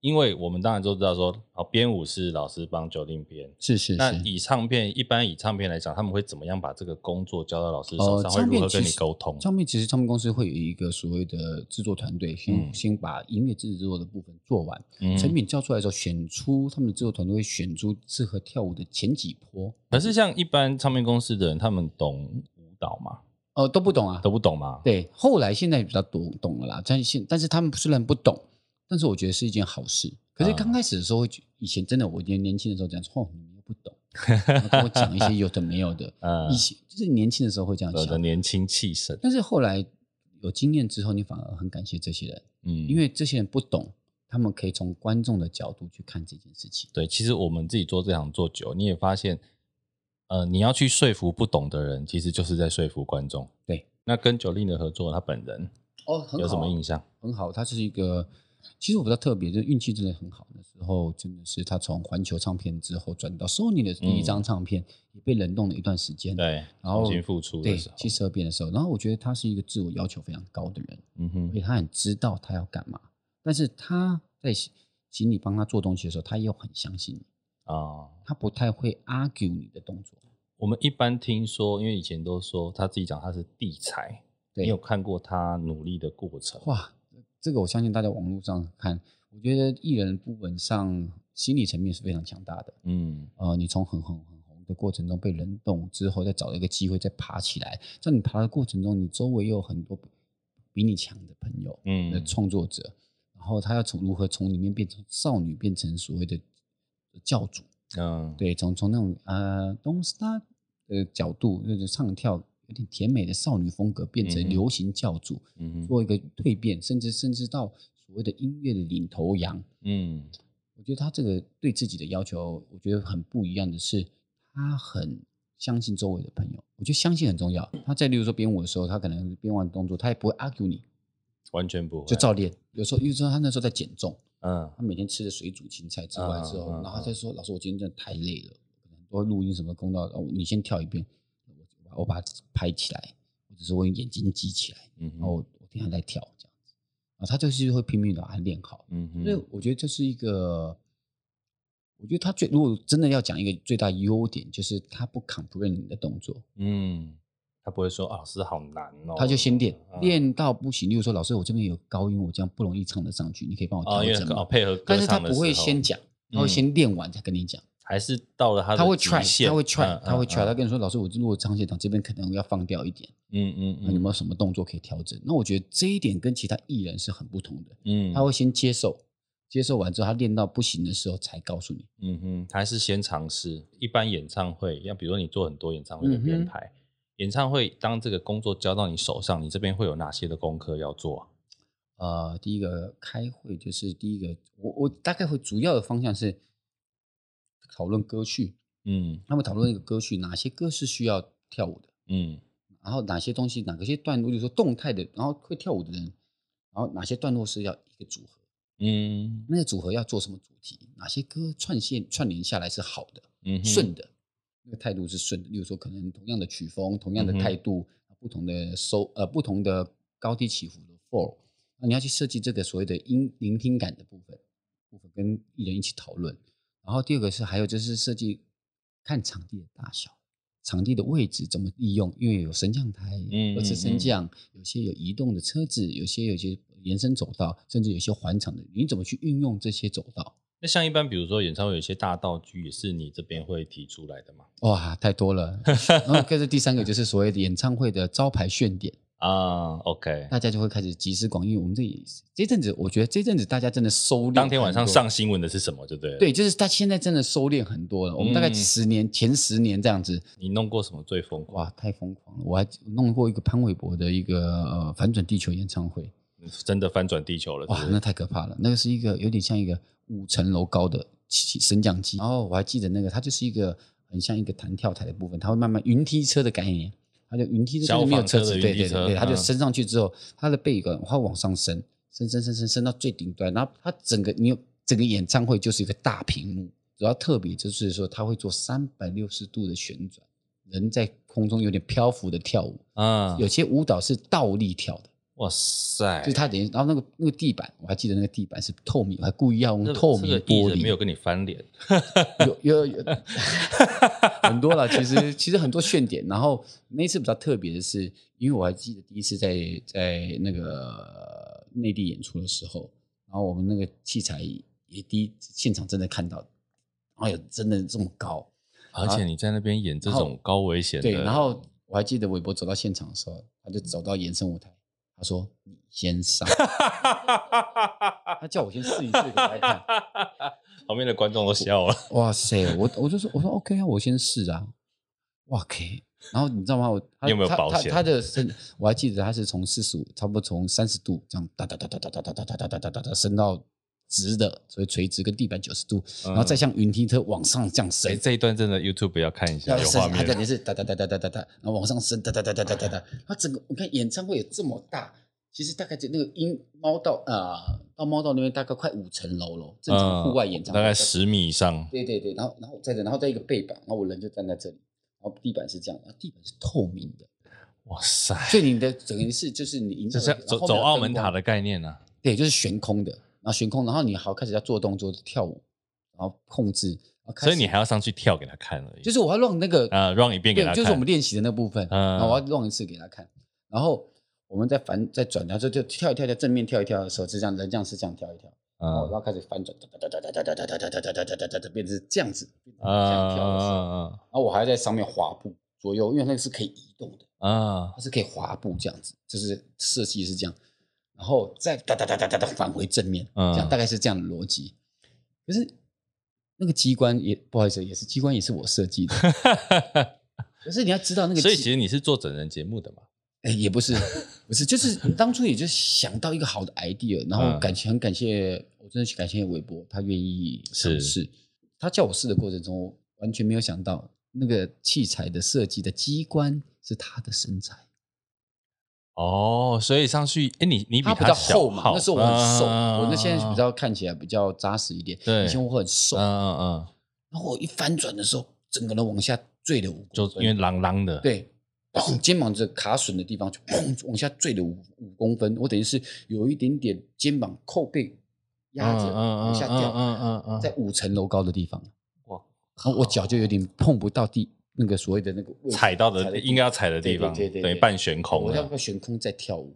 Speaker 2: 因为我们当然都知道说，好编舞是老师帮九令编，
Speaker 1: 是是
Speaker 2: 那
Speaker 1: 是。
Speaker 2: 以唱片一般以唱片来讲，他们会怎么样把这个工作交到老师手
Speaker 1: 呃，
Speaker 2: 上？会
Speaker 1: 唱
Speaker 2: 如
Speaker 1: 片
Speaker 2: 何
Speaker 1: 其
Speaker 2: 跟你
Speaker 1: 实
Speaker 2: 沟通？
Speaker 1: 唱片其实唱片公司会有一个所谓的制作团队，先、
Speaker 2: 嗯
Speaker 1: 先把音乐制作的部分做完，
Speaker 2: 嗯
Speaker 1: 成品交出来的时候，选出他们的制作团队会选出适合跳舞的前几波，
Speaker 2: 可是像一般唱片公司的人，他们懂舞蹈吗？
Speaker 1: 呃，都不懂啊
Speaker 2: 都。不懂吗？
Speaker 1: 对，后来现在比较懂懂了啦，但现但是他们虽然不懂，但是我觉得是一件好事。可
Speaker 2: 啊
Speaker 1: 是刚开始的时候会觉，以前真的我年年轻的时候讲说，哦，你们又不 懂，然后跟我讲一些有的没有的，
Speaker 2: 嗯
Speaker 1: 以前就是年轻的时候会这样
Speaker 2: 有的
Speaker 1: 想，
Speaker 2: 年轻气盛，
Speaker 1: 但是后来有经验之后，你反而很感谢这些人，
Speaker 2: 嗯，
Speaker 1: 因为这些人不懂，他们可以从观众的角度去看这件事情。
Speaker 2: 对，其实我们自己做这行做久，你也发现，呃，你要去说服不懂的人，其实就是在说服观众。
Speaker 1: 对，
Speaker 2: 那跟九令的合作，他本人
Speaker 1: 哦，很
Speaker 2: 有什么印象？
Speaker 1: 很好，他是一个，其实我比较特别，就是运气真的很好。那时候真的是他从环球唱片之后转到 Sony
Speaker 2: 嗯
Speaker 1: 的第一张唱片，也被冷冻了一段时间。
Speaker 2: 对，
Speaker 1: 然后
Speaker 2: 重新复出的
Speaker 1: 对，
Speaker 2: 时候，
Speaker 1: 七十二变的时候，然后我觉得他是一个自我要求非常高的人，
Speaker 2: 嗯
Speaker 1: 而且
Speaker 2: 哼，
Speaker 1: 他很知道他要干嘛。但是他在请你帮他做东西的时候，他又很相信你，
Speaker 2: 啊、
Speaker 1: 他不太会 argue 你的动作。
Speaker 2: 我们一般听说，因为以前都说他自己讲他是地才，
Speaker 1: 对，
Speaker 2: 你有看过他努力的过程？
Speaker 1: 哇，这个我相信大家网络上看，我觉得艺人部分上心理层面是非常强大的。
Speaker 2: 嗯，
Speaker 1: 呃，你从很红很红的过程中被冷冻之后，再找一个机会再爬起来，在你爬的过程中，你周围又有很多比你强的朋友，
Speaker 2: 嗯
Speaker 1: 的创作者，然后他要从如何从里面变成少女，变成所谓的呃教主，
Speaker 2: 嗯，
Speaker 1: 对，从从那种呃东 star 的角度，那种唱跳有点甜美的少女风格，变
Speaker 2: 嗯
Speaker 1: 成
Speaker 2: 哼
Speaker 1: 流行教主，
Speaker 2: 嗯哼，
Speaker 1: 做一个蜕变，甚至甚至到所谓的音乐的领头羊，
Speaker 2: 嗯，
Speaker 1: 我觉得他这个对自己的要求，我觉得很不一样的是，他很相信周围的朋友。我觉得相信很重要。他在例如说编舞的时候，他可能编完动作，他也不会 argue 你，
Speaker 2: 完全不会，
Speaker 1: 就照练。有时候，因为说他那时候在减重，
Speaker 2: 嗯
Speaker 1: 他每天吃的水煮青菜之外之后，
Speaker 2: 嗯嗯
Speaker 1: 然后他就说：“老师，我今天真的太累了，很多录音什么公道，哦，你先跳一遍，我把我把它拍起来，或者是我用眼睛记起来，
Speaker 2: 嗯
Speaker 1: 然后
Speaker 2: 哼，
Speaker 1: 我我等一下再跳这样子。”啊，他就是会拼命的把它练好。
Speaker 2: 嗯
Speaker 1: 所以
Speaker 2: 哼，
Speaker 1: 我觉得这是一个，我觉得他最如果真的要讲一个最大优点，就是他不 complain 你的动作，
Speaker 2: 嗯，他不会说啊，老师好难哦，
Speaker 1: 他就先练，
Speaker 2: 嗯
Speaker 1: 练到不行。例如说，老师，我这边有高音，我这样不容易唱得上去，你可以帮我
Speaker 2: 啊，因
Speaker 1: 调
Speaker 2: 为
Speaker 1: 整
Speaker 2: 哦
Speaker 1: 吗？
Speaker 2: 配合歌
Speaker 1: 但是他
Speaker 2: 唱的
Speaker 1: 不会
Speaker 2: 时候
Speaker 1: 先讲，他会先练完再跟你讲。
Speaker 2: 还是到了他的
Speaker 1: 他会
Speaker 2: 极
Speaker 1: try，
Speaker 2: 限
Speaker 1: 他会 try，
Speaker 2: 嗯
Speaker 1: 他会 try。他
Speaker 2: 嗯
Speaker 1: 跟你说，老师，我如果唱现场这边可能要放掉一点，
Speaker 2: 嗯嗯
Speaker 1: 那
Speaker 2: 嗯，
Speaker 1: 有没有什么动作可以调整？那我觉得这一点跟其他艺人是很不同的，
Speaker 2: 嗯，
Speaker 1: 他会先接受，接受完之后他练到不行的时候才告诉你。
Speaker 2: 嗯哼，还是先尝试。一般演唱会，像比如说你做很多演唱
Speaker 1: 嗯
Speaker 2: 会的编排，演唱会当这个工作交到你手上，你这边会有哪些的功课要做啊？
Speaker 1: 呃，第一个开会就是第一个，我我大概会主要的方向是讨论歌曲，
Speaker 2: 嗯
Speaker 1: 那么讨论一个歌曲，哪些歌是需要跳舞的，
Speaker 2: 嗯
Speaker 1: 然后哪些东西，哪个些段落，就是说动态的，然后会跳舞的人，然后哪些段落是要一个组合，
Speaker 2: 嗯
Speaker 1: 那个组合要做什么主题，哪些歌串线串联下来是好的、
Speaker 2: 嗯哼，
Speaker 1: 顺的，那个态度是顺的。例如说，可能同样的曲风、同样的
Speaker 2: 嗯哼
Speaker 1: 态度、不同的收呃不同的高低起伏的 flow，那你要去设计这个所谓的音聆听感的部分部分，跟艺人一起讨论。然后第二个是还有就是设计看场地的大小。场地的位置怎么利用？因为有升降台
Speaker 2: 嗯、
Speaker 1: 二次
Speaker 2: 嗯
Speaker 1: 升
Speaker 2: 嗯
Speaker 1: 降，有些有移动的车子，有些有些延伸走道，甚至有些环场的，你怎么去运用这些走道？
Speaker 2: 那像一般，比如说演唱会有一些大道具，也是你这边会提出来的嘛？
Speaker 1: 哇，太多 了。然后，可是第三个就是所谓的演唱会的招牌炫点，
Speaker 2: 啊，OK，
Speaker 1: 大家就会开始集思广益。我们这里这阵子，我觉得这阵子大家真的收敛。
Speaker 2: 当天晚上，上新闻的是什么？就对了。，
Speaker 1: 对，就是他现在真的收敛很多了。我们大概
Speaker 2: 嗯
Speaker 1: 十年、前十年这样子，
Speaker 2: 你弄过什么最疯狂？
Speaker 1: 哇，太疯狂了！我还弄过一个潘玮柏的一个呃反转地球演唱会，
Speaker 2: 真的翻转地球了，
Speaker 1: 哇
Speaker 2: 是，不
Speaker 1: 那
Speaker 2: 是？
Speaker 1: 太可怕了。那个是一个有点像一个五层楼高的起升降机，然后我还记得那个，它就是一个很像一个弹跳台的部分，它会慢慢云梯车的概念，它就云梯车
Speaker 2: 消
Speaker 1: 就是没有
Speaker 2: 防车
Speaker 1: 车子，
Speaker 2: 的
Speaker 1: 对
Speaker 2: 云梯
Speaker 1: 对
Speaker 2: 车
Speaker 1: 对，它就
Speaker 2: 嗯
Speaker 1: 升上去之后，它的背杆它往上升，升升升升升到最顶端，然后它整个你有整个演唱会就是一个大屏幕，主要特别就是说它会做三百六十度的旋转，人在空中有点漂浮的跳舞，
Speaker 2: 啊，
Speaker 1: 有些舞蹈是倒立跳的。
Speaker 2: 哇塞，
Speaker 1: 就是他等于，然后那个那个地板，我还记得那个地板是透明，我还故意要
Speaker 2: 这
Speaker 1: 用
Speaker 2: 个
Speaker 1: 透明
Speaker 2: 这个艺
Speaker 1: 玻
Speaker 2: 人
Speaker 1: 璃，
Speaker 2: 没有跟你翻脸，
Speaker 1: 有有 有很多了。其实其实很多炫点，然后那一次比较特别的是，因为我还记得第一次在在那个内地演出的时候，然后我们那个器材也第一现场真的看到，哎呀，真的这么高，
Speaker 2: 而且你在那边演这种高危险的，
Speaker 1: 啊对， 然后我还记得韦伯走到现场的时候，他就走到延伸舞台，他说：“你先上。”他叫我先试一试给他看。
Speaker 2: 旁 边的观众都笑了。
Speaker 1: 哇塞，我我就说我说 OK 啊，我先试啊。哇 K，然后你知道吗？我他
Speaker 2: 你有没有
Speaker 1: 他
Speaker 2: 保
Speaker 1: 他
Speaker 2: 险
Speaker 1: 他的身，我还记得他是从四十五，差不多从三十度这样哒哒哒哒哒哒哒哒哒哒哒哒哒哒升到直的，所以垂直跟地板九十度，然后再像云梯车往上这样
Speaker 2: 嗯哎，
Speaker 1: 升。
Speaker 2: 这一段真的 YouTube 要看一下，
Speaker 1: 要
Speaker 2: 有
Speaker 1: 升
Speaker 2: 画，
Speaker 1: 他
Speaker 2: 面
Speaker 1: 在。也是哒哒哒哒哒哒哒，然后往上升哒哒哒哒哒哒哒。他整个我看演唱会有这么大，其实大概就那个音猫道啊、呃到猫道那边大概快五层楼了，正常户外演唱会
Speaker 2: 嗯大概十米以上，
Speaker 1: 对对对，然后然后在这，然后在一个背板，然后我人就站在这里，然后地板是这样，然后啊地板是透明的，
Speaker 2: 哇塞，
Speaker 1: 所以你的整个是就是你营
Speaker 2: 这
Speaker 1: 造
Speaker 2: 是
Speaker 1: 的
Speaker 2: 走走澳门塔，
Speaker 1: 然后后面有灯光
Speaker 2: 的概念啊。
Speaker 1: 对，就是悬空的，然后悬空，然后你好开始要做动作跳舞，然后控制，然后开
Speaker 2: 所
Speaker 1: 始
Speaker 2: 以你还要上去跳给他看而已。
Speaker 1: 就是是我要让那个
Speaker 2: 啊，run 一遍给他
Speaker 1: 对，就是我
Speaker 2: 看
Speaker 1: 们练习的那部分，
Speaker 2: 嗯
Speaker 1: 然后我要 run 一次给他看，然后我们再反再转，然后就就跳一跳，在正面跳一跳的时候，就这样人这样是这样跳一跳，然
Speaker 2: 嗯
Speaker 1: 后然后开始翻转，哒哒哒哒哒哒哒哒哒哒哒哒哒哒哒，变成是这样子，变成
Speaker 2: 啊
Speaker 1: 这样跳的时候。
Speaker 2: 啊
Speaker 1: 然后我还在上面滑步左右，因为那个是可以移动的，
Speaker 2: 啊啊！
Speaker 1: 它是可以滑步这样子，就是设计是这样，然后再哒哒哒哒哒哒返回正面，
Speaker 2: 嗯
Speaker 1: 这样大概是这样的逻辑。可是那个机关也不好意思，也是机关也是我设计 的，可是你要知道那个机，
Speaker 2: 所以其实你是做整人节目的嘛？
Speaker 1: 哎也 不是不是，就是当初也就想到一个好的 idea，然后
Speaker 2: 嗯
Speaker 1: 感谢很感谢，我真的是感谢韦伯，他愿意尝
Speaker 2: 是
Speaker 1: 试。他叫我试的过程中，我完全没有想到那个器材的设计的机关是他的身材。
Speaker 2: 哦，所以上去，哎，你你比
Speaker 1: 他比较
Speaker 2: 小
Speaker 1: 厚嘛，
Speaker 2: 号
Speaker 1: 那时候我很瘦，
Speaker 2: 啊
Speaker 1: 我那现在比较看起来比较扎实一点。
Speaker 2: 对
Speaker 1: 以前我很瘦，
Speaker 2: 嗯嗯嗯，
Speaker 1: 然后我一翻转的时候，整个人往下坠了五公
Speaker 2: 就
Speaker 1: 分，
Speaker 2: 因为朗朗的，，
Speaker 1: 对，砰肩膀这卡榫的地方就砰往下坠了五五公分，我等于是有一点点肩膀扣背压着往下掉，
Speaker 2: 嗯嗯嗯，
Speaker 1: 在五层楼高的地方，
Speaker 2: 哇
Speaker 1: 然后我脚就有点碰不到地，那个所谓的那个位置
Speaker 2: 踩到的应该要踩的地方，
Speaker 1: 对对对对对
Speaker 2: 等于半悬空
Speaker 1: 我要
Speaker 2: 了
Speaker 1: 不。要悬空再跳舞，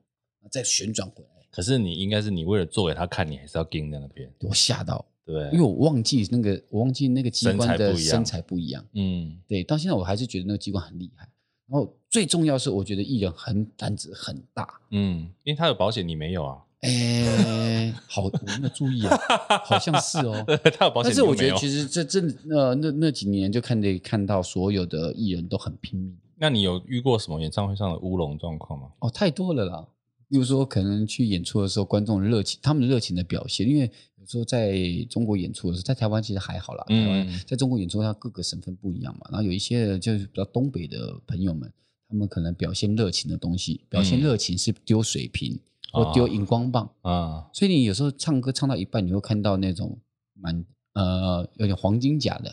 Speaker 1: 再旋转回来，
Speaker 2: 可是你应该是你为了做给他看，你还是要盯在那边，
Speaker 1: 我吓到。
Speaker 2: 对不
Speaker 1: 因为
Speaker 2: 对？
Speaker 1: 我忘记那个，我忘记那个机关的
Speaker 2: 身
Speaker 1: 身
Speaker 2: 材
Speaker 1: 材不一样。
Speaker 2: 嗯，
Speaker 1: 对，到现在我还是觉得那个机关很厉害。然后最重要是，我觉得艺人很胆子很大。
Speaker 2: 嗯，因为他有保险，你没有啊。
Speaker 1: 哎，好，我没有注意啊，好像是 哦。
Speaker 2: 他有啊保险，
Speaker 1: 但是我觉得
Speaker 2: 其
Speaker 1: 其
Speaker 2: 实，
Speaker 1: 实这真的呃那那几年就看得看到所有的艺人都很拼命
Speaker 2: 那你有遇过什么演唱会上的乌龙状况吗？
Speaker 1: 哦，太多了啦。例如说，可能去演出的时候，观众热情，他们热情的表现，因为有时候在中国演出的时候，在台湾其实还好啦，台湾
Speaker 2: 嗯
Speaker 1: 在中国演出，它各个省份不一样嘛。然后有一些就是比较东北的朋友们，他们可能表现热情的东西，表
Speaker 2: 嗯
Speaker 1: 现热情是丢水瓶、
Speaker 2: 啊
Speaker 1: 或丢荧光棒，
Speaker 2: 啊，
Speaker 1: 所以你有时候唱歌唱到一半，你会看到那种蛮呃有点黄金甲的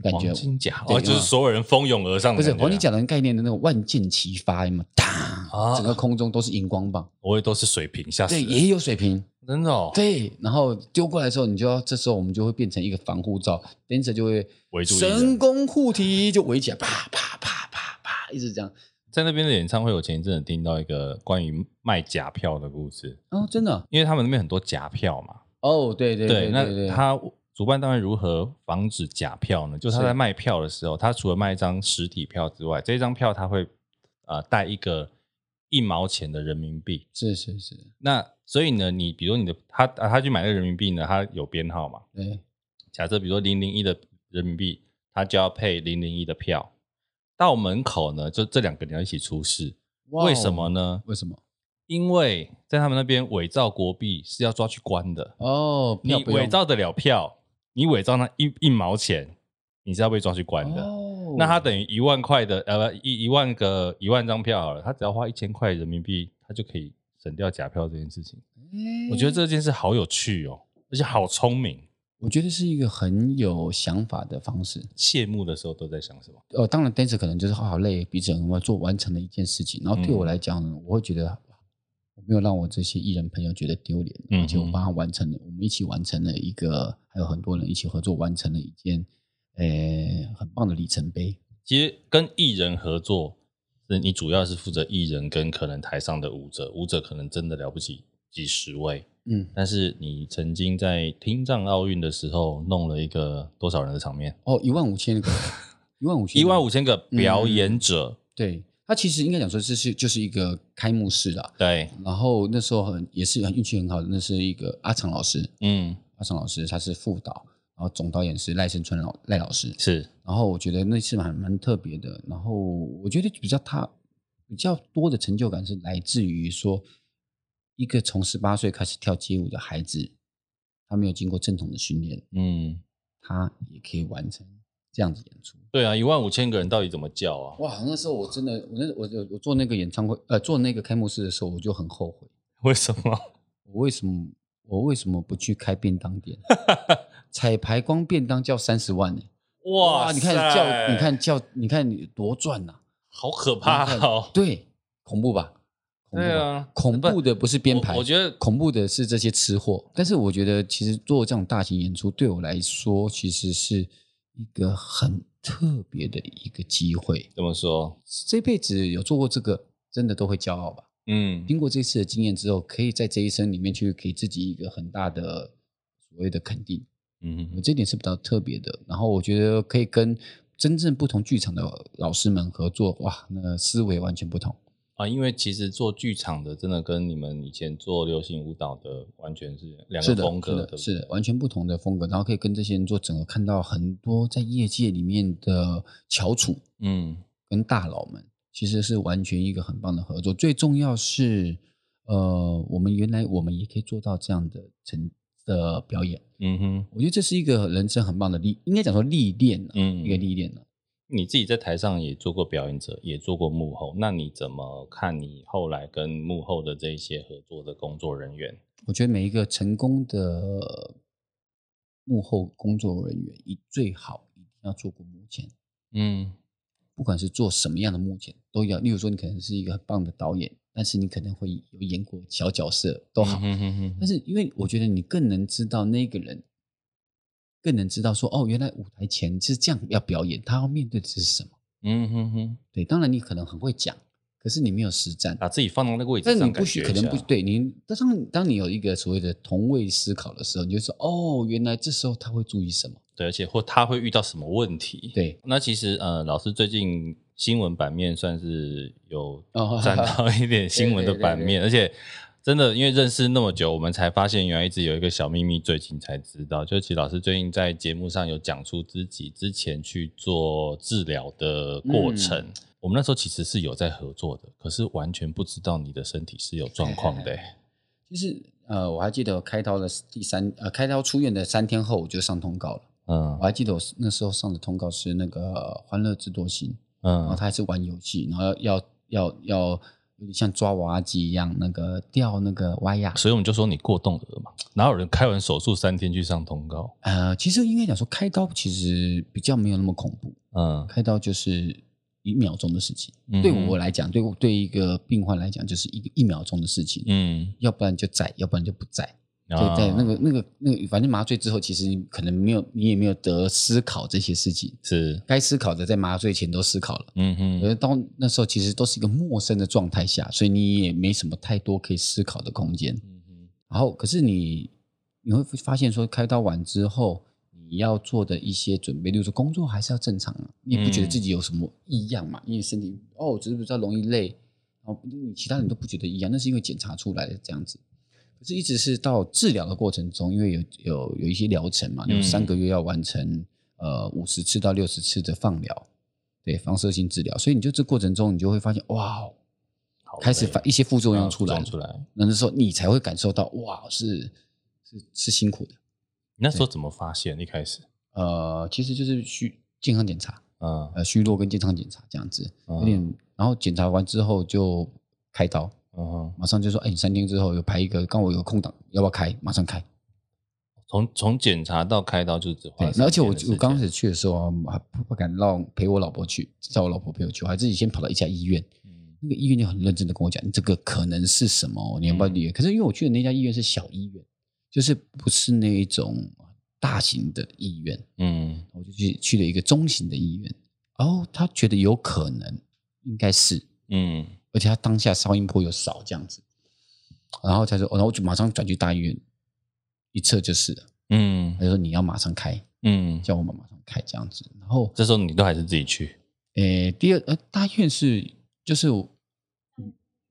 Speaker 1: 感觉
Speaker 2: 黄，金甲，
Speaker 1: 对嗯
Speaker 2: 哦，就是所有人蜂拥而上
Speaker 1: 不
Speaker 2: 的
Speaker 1: 是
Speaker 2: 感觉啊，
Speaker 1: 黄金甲的概念的那种万箭齐发，有没有？
Speaker 2: 啊
Speaker 1: 当，整个空中都是荧光棒，
Speaker 2: 我也都是水平，吓死
Speaker 1: 对，
Speaker 2: 人，
Speaker 1: 也有水平。
Speaker 2: 真的哦，
Speaker 1: 对，然后丢过来的时候，你就要这时候我们就会变成一个防护罩，dancer 就会
Speaker 2: 围住艺人
Speaker 1: 神功护体，就围起来，啪啪啪啪啪，一直这样。
Speaker 2: 在那边的演唱会，我前一阵子听到一个关于卖假票的故事，
Speaker 1: 哦，真的，
Speaker 2: 因为他们那边很多假票嘛，
Speaker 1: 哦，对对对对
Speaker 2: 那他主办单位如何防止假票呢？就是他
Speaker 1: 是
Speaker 2: 在卖票的时候，他除了卖一张实体票之外，这张票他会呃带一个一毛钱的人民币。
Speaker 1: 是是是，
Speaker 2: 那所以呢，你比如你的他啊他去买那个人民币呢，他有编号嘛？
Speaker 1: 对，
Speaker 2: 假设比如说零零一的人民币，他就要配零零一的票。到门口呢，就这两个你要一起出示，
Speaker 1: 哇哦
Speaker 2: 为什么？呢？
Speaker 1: 为什么？
Speaker 2: 因为在他们那边伪造国币是要抓去关的。
Speaker 1: 哦，
Speaker 2: 你
Speaker 1: 票不
Speaker 2: 伪
Speaker 1: 用
Speaker 2: 造得了票，你伪造那一一毛钱，你是要被抓去关的。
Speaker 1: 哦，
Speaker 2: 那他等于一万块的，呃，不一一万个一万张票好了，他只要花一千块人民币，他就可以省掉假票这件事情。
Speaker 1: 哎
Speaker 2: 我觉得，这件事好有趣哦，而且好聪明。
Speaker 1: 我觉得是一个很有想法的方式。
Speaker 2: 谢幕的时候都在想什么？
Speaker 1: 呃，当然，dancer 可能就是好好累，彼此很快做完成了一件事情。然后
Speaker 2: 嗯
Speaker 1: 对我来讲，呢，我会觉得我没有让我这些艺人朋友觉得丢脸，
Speaker 2: 嗯
Speaker 1: 而且我
Speaker 2: 嗯
Speaker 1: 帮他完成了，我们一起完成了一个，还有很多人一起合作完成了一件，呃，很棒的里程碑。
Speaker 2: 其实跟艺人合作，是你主要是负责艺人跟可能台上的舞者，舞者可能真的了不起几十位，
Speaker 1: 嗯，
Speaker 2: 但是你曾经在听障奥运的时候弄了一个多少人的场面？
Speaker 1: 哦，一万五千个， 一万五千，
Speaker 2: 一万五，千个
Speaker 1: 嗯
Speaker 2: 表演者，
Speaker 1: 对，它其实应该讲说这是就是一个开幕式啦。
Speaker 2: 对，
Speaker 1: 然后那时候很也是很运气很好的，那是一个阿长老师，
Speaker 2: 嗯
Speaker 1: 阿长老师他是副导，然后总导演是赖声川老赖老师，
Speaker 2: 是
Speaker 1: 然后我觉得那次蛮蛮特别的。然后我觉得比较他比较多的成就感是来自于说，一个从十八岁开始跳街舞的孩子，他没有经过正统的训练，
Speaker 2: 嗯，
Speaker 1: 他也可以完成这样子演出。
Speaker 2: 对啊，一万五千个人到底怎么叫啊？
Speaker 1: 哇，那时候我真的，我那我我我做那个演唱会，呃，做那个开幕式的时候，我就很后悔，
Speaker 2: 为什么？
Speaker 1: 我为什么我为什么不去开便当 店？彩排光便当就要三十万呢、欸
Speaker 2: 哇塞，
Speaker 1: 你看叫你看叫你看你多赚呐、
Speaker 2: 好可怕
Speaker 1: 你看
Speaker 2: 哦！
Speaker 1: 对，恐怖吧？恐怖
Speaker 2: 对
Speaker 1: 吧？
Speaker 2: 啊，
Speaker 1: 恐怖的不是编排
Speaker 2: 我我觉得
Speaker 1: 恐怖的是这些吃货。但是我觉得，其实做这种大型演出对我来说，其实是一个很特别的一个机会。
Speaker 2: 怎么说？
Speaker 1: 这辈子有做过这个，真的都会骄傲吧？
Speaker 2: 嗯，
Speaker 1: 经过这次的经验之后，可以在这一生里面去给自己一个很大的所谓的肯定。我
Speaker 2: 嗯，
Speaker 1: 这点是比较特别的。然后我觉得可以跟真正不同剧场的老师们合作，哇，那思维完全不同。
Speaker 2: 啊，因为其实做剧场的真的跟你们以前做流行舞蹈的完全是两
Speaker 1: 是
Speaker 2: 个
Speaker 1: 的，
Speaker 2: 风格，
Speaker 1: 是
Speaker 2: 对不
Speaker 1: 的，
Speaker 2: 对
Speaker 1: 是的，完全不同的风格，然后可以跟这些人做整合，看到很多在业界里面的翘楚
Speaker 2: 嗯
Speaker 1: 跟大佬们，其实是完全一个很棒的合作。最重要是，呃，我们原来我们也可以做到这样的成的表演，
Speaker 2: 嗯哼，
Speaker 1: 我觉得这是一个人生很棒的历，应该讲说历练、啊，
Speaker 2: 嗯
Speaker 1: 一个历练、啊、
Speaker 2: 你自己在台上也做过表演者，也做过幕后，那你怎么看你后来跟幕后的这些合作的工作人员？
Speaker 1: 我觉得每一个成功的幕后工作人员，一最好一定要做过幕前。
Speaker 2: 嗯
Speaker 1: 不管是做什么样的幕前都要。例如说，你可能是一个很棒的导演，但是你可能会有演过小角色都好。
Speaker 2: 嗯哼哼
Speaker 1: 但
Speaker 2: 哼，
Speaker 1: 是因为我觉得你更能知道那个人，更能知道说哦，原来舞台前是这样要表演，他要面对的是什么。
Speaker 2: 嗯哼哼，
Speaker 1: 对，当然你可能很会讲，可是你没有实战。
Speaker 2: 把自己放到那个位置
Speaker 1: 但
Speaker 2: 上，
Speaker 1: 你不许
Speaker 2: 许
Speaker 1: 可能不对你，但当当你有一个所谓的同位思考的时候，你就说哦，原来这时候他会注意什么？
Speaker 2: 对，而且或他会遇到什么问题？，
Speaker 1: 对，
Speaker 2: 那其实呃，老师最近新闻版面算是有
Speaker 1: 哦
Speaker 2: 沾到 一点新闻的版面，而且真的因为认识那么久，我们才发现原来一直有一个小秘密，最近才知道，就其实老师最近在节目上有讲出自己之前去做治疗的过程。
Speaker 1: 嗯
Speaker 2: 我们那时候其实是有在合作的，可是完全不知道你的身体是有状况的、欸。
Speaker 1: 就是呃，我还记得我开刀的第三呃，开刀出院的三天后我就上通告了。
Speaker 2: 嗯
Speaker 1: 我还记得我那时候上的通告是那个呃《欢乐智多星》，然后
Speaker 2: 嗯
Speaker 1: 他还是玩游戏，然后要要要有点像抓娃娃机一样，那个掉那个蛙呀。
Speaker 2: 所以我们就说你过动儿嘛，哪有人开完手术三天去上通告？
Speaker 1: 呃，其实应该讲说开刀其实比较没有那么恐怖，
Speaker 2: 嗯
Speaker 1: 开刀就是一秒钟的事情。
Speaker 2: 嗯
Speaker 1: 对我来讲，对我对一个病患来讲，就是一一秒钟的事情。
Speaker 2: 嗯，啊
Speaker 1: 要不然就在，要不然就不在。
Speaker 2: 对
Speaker 1: 对对，那个那个那个，反正麻醉之后，其实你可能没有，你也没有得思考这些事情。
Speaker 2: 是
Speaker 1: 该思考的在麻醉前都思考了。
Speaker 2: 嗯
Speaker 1: 而
Speaker 2: 哼，
Speaker 1: 到那时候其实都是一个陌生的状态下，所以你也没什么太多可以思考的空间。
Speaker 2: 嗯哼，
Speaker 1: 然后，可是你你会发现说，开刀完之后你要做的一些准备，例如说工作还是要正常啊，你也不觉得自
Speaker 2: 嗯
Speaker 1: 己有什么异样嘛？因为身体哦，只是比较容易累，然后你其他人都不觉得异样，那是因为检查出来的这样子。可是，一直是到治疗的过程中，因为有有有一些疗程嘛，
Speaker 2: 嗯
Speaker 1: 有三个月要完成呃五十次到六十次的放疗，对放射性治疗，所以你就这过程中，你就会发现哇，哦
Speaker 2: 好
Speaker 1: 开始
Speaker 2: 累
Speaker 1: 发一啊些副作用出来
Speaker 2: 嗯
Speaker 1: 了，
Speaker 2: 出来。
Speaker 1: 那时候你才会感受到，哇，是是是辛苦的。
Speaker 2: 你那时候怎么发现？一开始，
Speaker 1: 呃，其实就是虚健康检查，
Speaker 2: 嗯
Speaker 1: 呃，虚弱跟健康检查这样子，有点
Speaker 2: 嗯。
Speaker 1: 然后检查完之后就开刀，
Speaker 2: 嗯哼，
Speaker 1: 马上就说，哎，你三天之后有排一个，刚好有个空档，要不要开？马上开。
Speaker 2: 从从检查到开刀就只花
Speaker 1: 对
Speaker 2: 了，
Speaker 1: 那而且我
Speaker 2: 三天的时间
Speaker 1: 我刚开始去的时候啊，还不不敢让陪我老婆去，叫我老婆陪我去，我还自己先跑到一家医院。
Speaker 2: 嗯
Speaker 1: 那个医院就很认真的跟我讲，你这个可能是什么，你要
Speaker 2: 嗯
Speaker 1: 不要理解？可是因为我去的那家医院是小医院，就是不是那一种大型的医院，
Speaker 2: 嗯
Speaker 1: 我就去去了一个中型的医院。哦，他觉得有可能，应该是，
Speaker 2: 嗯
Speaker 1: 而且他当下烧音波有少这样子，然后他说，哦、然后我就马上转去大医院，一测就是了。
Speaker 2: 嗯
Speaker 1: 他就说你要马上开，
Speaker 2: 嗯，
Speaker 1: 叫我们马上开这样子。然后
Speaker 2: 这时候你都还是自己去，
Speaker 1: 诶，第二呃，大院是就是我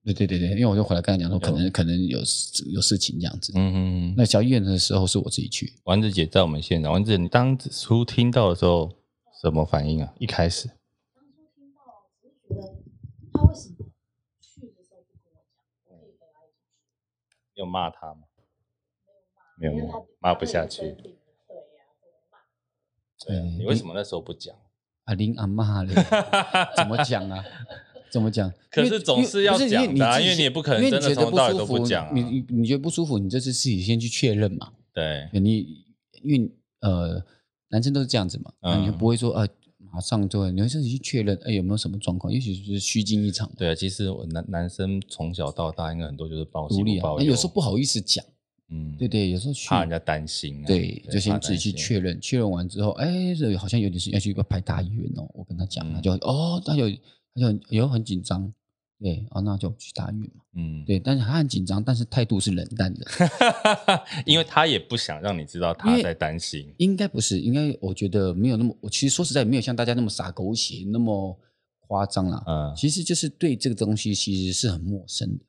Speaker 1: 对对对对，因为我就回来跟他讲说，可
Speaker 2: 有
Speaker 1: 能可能有事有事情这样子。
Speaker 2: 嗯嗯嗯。
Speaker 1: 那小医院的时候是我自己去，
Speaker 2: 丸子姐在我们现场，丸子，你当初听到的时候什么反应啊？一开始，
Speaker 3: 当初听到，只是觉得他为什么去的时候不跟我讲，我可以回来一起
Speaker 2: 你有骂他吗？
Speaker 3: 去，
Speaker 2: 没有
Speaker 3: 因为他
Speaker 2: 骂不下去
Speaker 3: 他会生病对呀、不
Speaker 2: 对
Speaker 3: 能骂。
Speaker 2: 啊，
Speaker 1: 嗯
Speaker 2: 你为什么那时候不讲？
Speaker 1: 阿玲阿妈 嘞，怎么讲啊？怎么讲？
Speaker 2: 可是
Speaker 1: 因为
Speaker 2: 总是要
Speaker 1: 因为不是
Speaker 2: 讲的啊
Speaker 1: 因为你自己
Speaker 2: 因为你也不可能
Speaker 1: 因为
Speaker 2: 真
Speaker 1: 你
Speaker 2: 的
Speaker 1: 觉得
Speaker 2: 从头到尾
Speaker 1: 不舒服
Speaker 2: 都不讲啊
Speaker 1: 你你你觉得不舒服，你就是自己先去确认嘛。
Speaker 2: 对，
Speaker 1: 你因为呃，男生都是这样子嘛，
Speaker 2: 嗯
Speaker 1: 你就不会说啊，马上就会，你会自己去确认，哎，有没有什么状况？也许是虚惊一场，
Speaker 2: 对啊，其实我男男生从小到大应该很多就是报喜
Speaker 1: 独立
Speaker 2: 不
Speaker 1: 啊。
Speaker 2: 报
Speaker 1: 那
Speaker 2: 忧，
Speaker 1: 有时候不好意思讲，
Speaker 2: 嗯，
Speaker 1: 对对，有时候去
Speaker 2: 怕人家担心啊，
Speaker 1: 对，就先
Speaker 2: 怕
Speaker 1: 自己去
Speaker 2: 担心
Speaker 1: 确认，确认完之后，哎，这好像有点事，要去拍大医院哦。我跟他讲，他
Speaker 2: 嗯
Speaker 1: 就哦，他就他就很有很紧张，对，啊，那就去大医院嘛。
Speaker 2: 嗯，
Speaker 1: 对，但是他很紧张，但是态度是冷淡的，
Speaker 2: 因为他也不想让你知道
Speaker 1: 因
Speaker 2: 他
Speaker 1: 为
Speaker 2: 在担心，
Speaker 1: 应该不是，应该我觉得没有那么，我其实说实在没有像大家那么洒狗血那么夸张啦。
Speaker 2: 嗯，
Speaker 1: 其实就是对这个东西其实是很陌生的，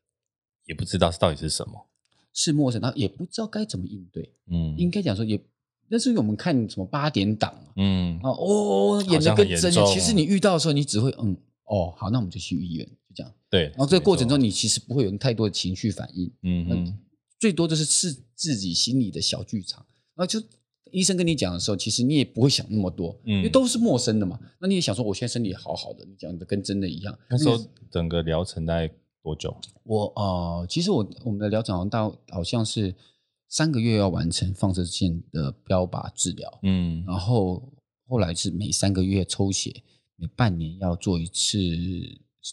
Speaker 2: 也不知道到底是什么，
Speaker 1: 是陌生，然后也不知道该怎么应对。
Speaker 2: 嗯
Speaker 1: 应该讲说也，那是因为我们看什么八点档啊，
Speaker 2: 嗯
Speaker 1: 啊哦，
Speaker 2: 好
Speaker 1: 演
Speaker 2: 像
Speaker 1: 的跟
Speaker 2: 很严
Speaker 1: 真
Speaker 2: 重
Speaker 1: 的。
Speaker 2: 哦
Speaker 1: 其实你遇到的时候，你只会嗯哦好，那我们就去医院，就这样。
Speaker 2: 对，
Speaker 1: 然后这个过程中，
Speaker 2: 没错，
Speaker 1: 你其实不会有太多的情绪反应，
Speaker 2: 嗯嗯
Speaker 1: 嗯，最多就是自自己心里的小剧场。然后就医生跟你讲的时候，其实你也不会想那么多，
Speaker 2: 嗯
Speaker 1: 因为都是陌生的嘛。那你也想说，我现在身体好好的，你讲的跟真的一样。
Speaker 2: 那时候整个疗程大概多久？
Speaker 1: 我呃，其实我我们的疗程好像到好像是三个月要完成放射线的标靶治疗，
Speaker 2: 嗯
Speaker 1: 然后后来是每三个月抽血，每半年要做一次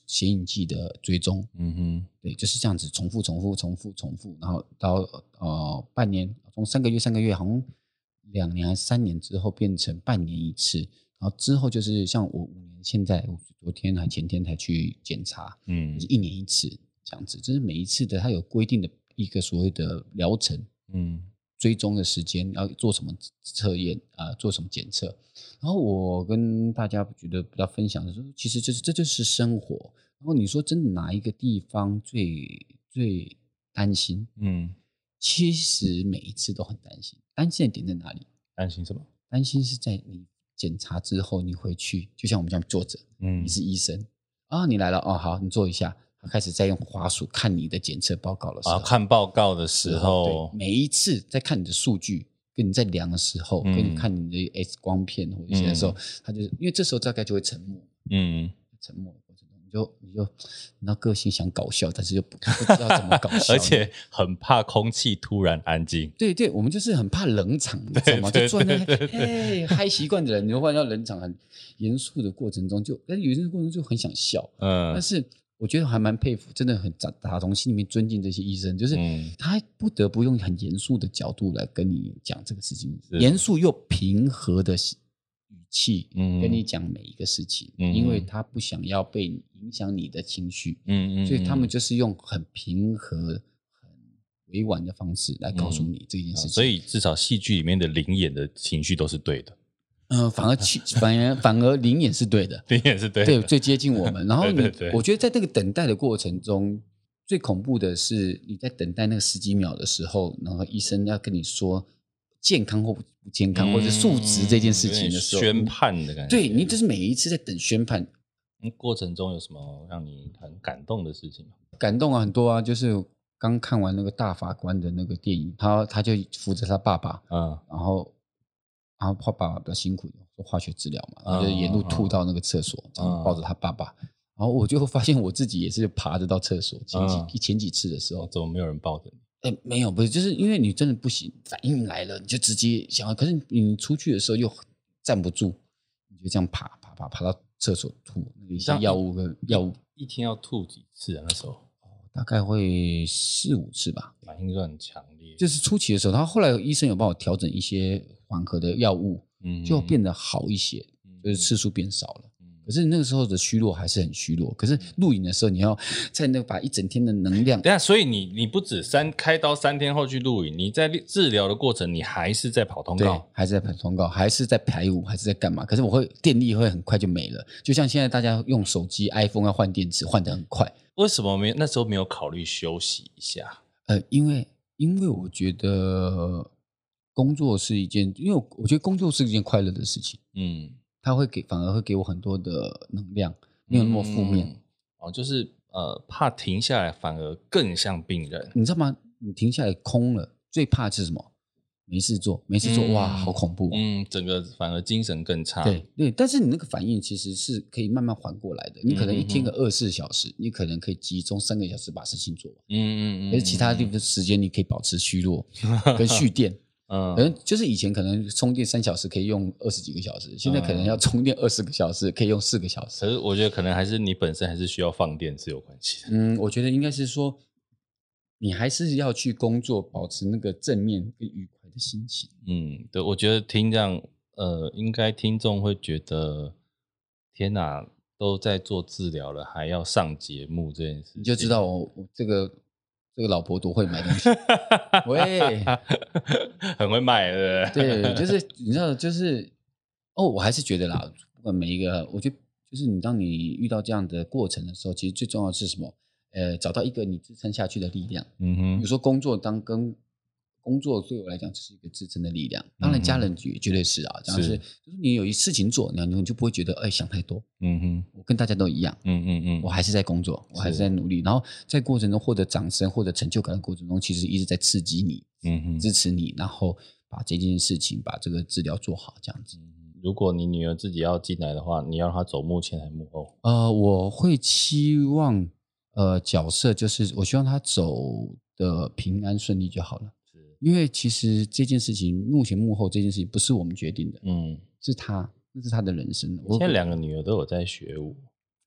Speaker 1: 显影剂的追踪，
Speaker 2: 嗯哼，
Speaker 1: 对，就是这样子重复、重复、重复、重复，然后到呃半年，从三个月、三个月，好像两年还是三年之后变成半年一次，然后之后就是像我五年，现在我昨天还前天才去检查，
Speaker 2: 嗯
Speaker 1: 就是一年一次这样子，就是每一次的它有规定的一个所谓的疗程，
Speaker 2: 嗯
Speaker 1: 追踪的时间，要做什么测验啊、呃做什么检测。然后我跟大家觉得比较分享的是，其实就是这就是生活。然后你说真的哪一个地方最最担心？
Speaker 2: 嗯，
Speaker 1: 其实每一次都很担心。担心的点在哪里？
Speaker 2: 担心什么？
Speaker 1: 担心是在你检查之后，你回去，就像我们这样坐着，
Speaker 2: 嗯
Speaker 1: 你是医生啊，你来了哦，好，你坐一下。他开始在用滑鼠看你的检测报告的时候，
Speaker 2: 啊，看报告的时候
Speaker 1: 对，每一次在看你的数据，跟你在量的时候，
Speaker 2: 嗯
Speaker 1: 跟你看你的 X 光片或者一些的时候，他就是因为这时候大概就会沉默，
Speaker 2: 嗯，
Speaker 1: 沉默的过程中，你就你就那个性想搞笑，但是又不不知道怎么搞笑，
Speaker 2: 而且很怕空气突然安静，
Speaker 1: 对对，我们就是很怕冷场，你知道吗？
Speaker 2: 对
Speaker 1: 就坐在
Speaker 2: 对
Speaker 1: 那嘿嗨习惯的人，你会换到冷场很严肃的过程中，就但有些过程中就很想笑，
Speaker 2: 嗯
Speaker 1: 但是我觉得还蛮佩服，真的很打打从心里面尊敬这些医生，就是
Speaker 2: 嗯
Speaker 1: 他不得不用很严肃的角度来跟你讲这个事情，
Speaker 2: 是
Speaker 1: 严肃又平和的语气
Speaker 2: 嗯
Speaker 1: 跟你讲每一个事情，
Speaker 2: 嗯
Speaker 1: 因为他不想要被影响你的情绪，
Speaker 2: 嗯嗯，
Speaker 1: 所以他们
Speaker 2: 嗯
Speaker 1: 就是用很平和、很委婉的方式来告诉你这件
Speaker 2: 啊
Speaker 1: 事情。
Speaker 2: 所以至少戏剧里面的灵演的情绪都是对的，
Speaker 1: 嗯、反而气，反而反而灵眼是对的。
Speaker 2: 灵演是对
Speaker 1: 对，
Speaker 2: 的，
Speaker 1: 最接近我们。然后你，
Speaker 2: 对对对
Speaker 1: 我觉得在这个等待的过程中，最恐怖的是你在等待那个十几秒的时候，然后医生要跟你说健康或不健康，或者数值这件事情的时候，
Speaker 2: 嗯有嗯点宣判的感觉。
Speaker 1: 对你就是每一次在等宣判，
Speaker 2: 嗯过程中有什么让你很感动的事情吗？
Speaker 1: 感动啊很多啊，就是。刚看完那个大法官的那个电影，他他就扶着他爸爸，
Speaker 2: 嗯
Speaker 1: 然后然后他爸爸比较辛苦，做化学治疗嘛，
Speaker 2: 嗯
Speaker 1: 他就沿路吐到那个厕所，这样抱着他爸爸。然后我就发现我自己也是爬着到厕所，前几、
Speaker 2: 嗯
Speaker 1: 前几次的时候，
Speaker 2: 怎么没有人抱着你？
Speaker 1: 哎，没有，不是，就是因为你真的不行，反应来了你就直接想要，可是你出去的时候又站不住，你就这样爬爬爬爬到厕所吐，那个一
Speaker 2: 这
Speaker 1: 些
Speaker 2: 样
Speaker 1: 药物跟药物
Speaker 2: 一天要吐几次啊？那时候
Speaker 1: 大概会四五次吧，
Speaker 2: 反应就很强烈，
Speaker 1: 就是初期的时候，然后后来医生有帮我调整一些缓和的药物，
Speaker 2: 嗯
Speaker 1: 就变得好一些，就是次数变少了。
Speaker 2: 嗯
Speaker 1: 可是那个时候的虚弱还是很虚弱。可是录影的时候，你要 在那把一整天的能量，
Speaker 2: 等一下，啊所以你你不止三开刀三天后去录影，你在治疗的过程，你还是在跑通
Speaker 1: 对
Speaker 2: 告，，
Speaker 1: 还是在排通告，还是在排舞，还是在干嘛？可是我会电力会很快就没了，就像现在大家用手机 iPhone 要换电池，换得很快。
Speaker 2: 为什么没有那时候没有考虑休息一下？
Speaker 1: 呃，因为因为我觉得工作是一件，因为我我觉得工作是一件快乐的事情，
Speaker 2: 嗯，
Speaker 1: 它会给反而会给我很多的能量，没有那么负面。
Speaker 2: 嗯哦，就是呃，怕停下来反而更像病人。
Speaker 1: 你知道吗？你停下来空了，最怕的是什么？没事做，没事做，
Speaker 2: 嗯
Speaker 1: 哇，好恐怖、哦。
Speaker 2: 嗯，整个反而精神更差。
Speaker 1: 对对，但是你那个反应其实是可以慢慢缓过来的。你可能一
Speaker 2: 嗯
Speaker 1: 天个二十四小时，你可能可以集中三个小时把事情做完，
Speaker 2: 嗯，嗯嗯嗯，
Speaker 1: 可是其他地方的时间你可以保持虚 弱跟蓄电。
Speaker 2: 嗯，
Speaker 1: 可能就是以前可能充电三小时可以用二十几个小时，现在可能
Speaker 2: 嗯
Speaker 1: 要充电二十个小时可以用四个小时。
Speaker 2: 可是我觉得可能还是你本身还是需要放电是有关系 的。
Speaker 1: 嗯，我觉得应该是说，你还是要去工作，保持那个正面跟愉快的心情。
Speaker 2: 嗯，对，我觉得听这样，呃，应该听众会觉得，天哪，都在做治疗了，还要上节目这件事，
Speaker 1: 你就知道。我我这个这个老婆多会买东西。喂，
Speaker 2: 很会卖，对不对？
Speaker 1: 对，就是你知道，就是哦，我还是觉得啦，不管每一个，我觉得就是你当你遇到这样的过程的时候，其实最重要的是什么？呃，找到一个你支撑下去的力量。
Speaker 2: 嗯
Speaker 1: 比
Speaker 2: 哼
Speaker 1: 如，说工作当跟工作对我来讲就是一个支撑的力量，当然家人也绝对是啊，当嗯然是
Speaker 2: 是
Speaker 1: 就是你有一事情做，那你就不会觉得哎想太多。
Speaker 2: 嗯哼，
Speaker 1: 我跟大家都一样，
Speaker 2: 嗯嗯嗯，
Speaker 1: 我还是在工作，我还是在努力，然后在过程中获得掌声、获得成就感的过程中，其实一直在刺激你，
Speaker 2: 嗯哼，
Speaker 1: 支持你，然后把这件事情、把这个治疗做好，这样子。
Speaker 2: 如果你女儿自己要进来的话，你要让她走幕前还是幕后？
Speaker 1: 呃，我会期望呃角色就是我希望他走的平安顺利就好了，
Speaker 2: 是，
Speaker 1: 因为其实这件事情目前幕后这件事情不是我们决定的，
Speaker 2: 嗯，
Speaker 1: 是他，那是他的人生。我
Speaker 2: 现在两个女儿都有在学舞，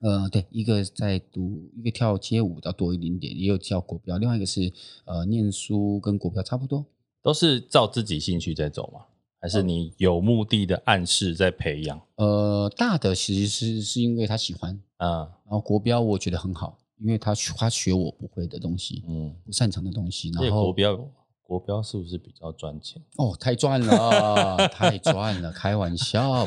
Speaker 1: 呃，对，一个在读，一个跳街舞要多一点点，也有跳国标，另外一个是呃念书跟国标差不多。
Speaker 2: 都是照自己兴趣在走吗？
Speaker 1: 哦
Speaker 2: 还是你有目的的暗示在培养？
Speaker 1: 呃，大的其实是是因为他喜欢，
Speaker 2: 啊，
Speaker 1: 然后国标我觉得很好，因为他学他学我不会的东西，
Speaker 2: 嗯，
Speaker 1: 不擅长的东西，
Speaker 2: 这
Speaker 1: 然
Speaker 2: 个
Speaker 1: 后
Speaker 2: 国标国标是不是比较赚钱？
Speaker 1: 哦，太赚了，太赚了，开玩笑，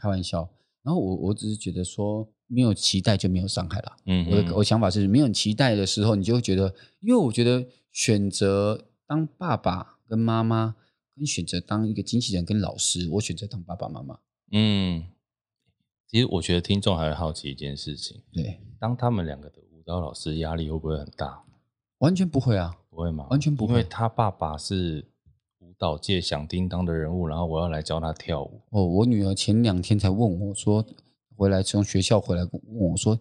Speaker 1: 开玩笑。然后我我只是觉得说，没有期待就没有伤害啦。
Speaker 2: 嗯
Speaker 1: 我的我想法是，没有期待的时候，你就会觉得，因为我觉得选择当爸爸跟妈妈，跟选择当一个经纪人跟老师，我选择当爸爸妈妈。
Speaker 2: 嗯，其实我觉得听众还会好奇一件事情：
Speaker 1: 对，
Speaker 2: 当他们两个的舞蹈老师压力会不会很大？
Speaker 1: 完全不会啊，
Speaker 2: 不会吗？
Speaker 1: 完全不会
Speaker 2: 因为他爸爸是舞蹈界响叮当的人物，然后我要来教他跳舞。
Speaker 1: 哦，我女儿前两天才问我说，回来从学校回来问我说，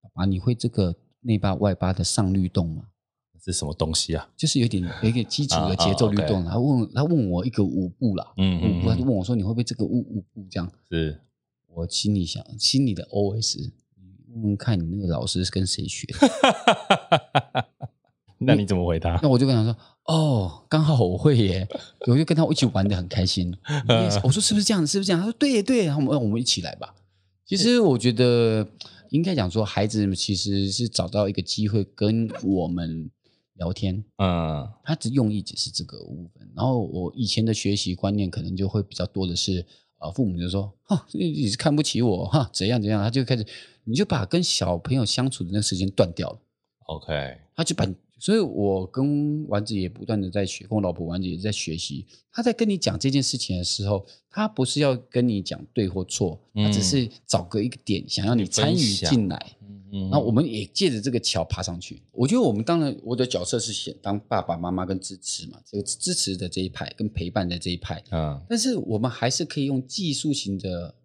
Speaker 1: 爸爸你会这个内八外八的上律动吗？
Speaker 2: 是什么东西啊？
Speaker 1: 就是有点有一个基础的节奏律动啦。他问他问我一个舞步啦，
Speaker 2: 嗯啊嗯
Speaker 1: 舞步他
Speaker 2: 嗯
Speaker 1: 就问我说你会不会这个舞舞步这样？
Speaker 2: 是
Speaker 1: 我心里想，心里的 OS，你问问看你那个老师是跟谁学的？
Speaker 2: 那你怎么回答？
Speaker 1: 那我就跟他说，哦，刚好我会耶，我就跟他一起玩的很开心。我也是我说是不是这样？是不是这样？他说对耶对耶，然后我们我们一起来吧。其实我觉得应该讲说，孩子其实是找到一个机会跟我们聊天，
Speaker 2: 嗯
Speaker 1: 他只用意只是这个部分。然后我以前的学习观念可能就会比较多的是，呃，父母就说，哈，你你是看不起我，哈，怎样怎样，他就开始，你就把跟小朋友相处的那个时间断掉了，
Speaker 2: ，OK，
Speaker 1: 他就把，所以我跟丸子也不断的在学，跟我老婆丸子也在学习。他在跟你讲这件事情的时候，他不是要跟你讲对或错，
Speaker 2: 嗯
Speaker 1: 他只是找个一个点，想要你
Speaker 2: 你分
Speaker 1: 参与
Speaker 2: 享
Speaker 1: 进来。
Speaker 2: 嗯嗯
Speaker 1: 然后我们也借着这个桥爬上去。我觉得我们当然，我的角色是想当爸爸妈妈跟支持嘛，这个支持的这一派跟陪伴的这一派。
Speaker 2: 嗯
Speaker 1: 但是我们还是可以用技术型的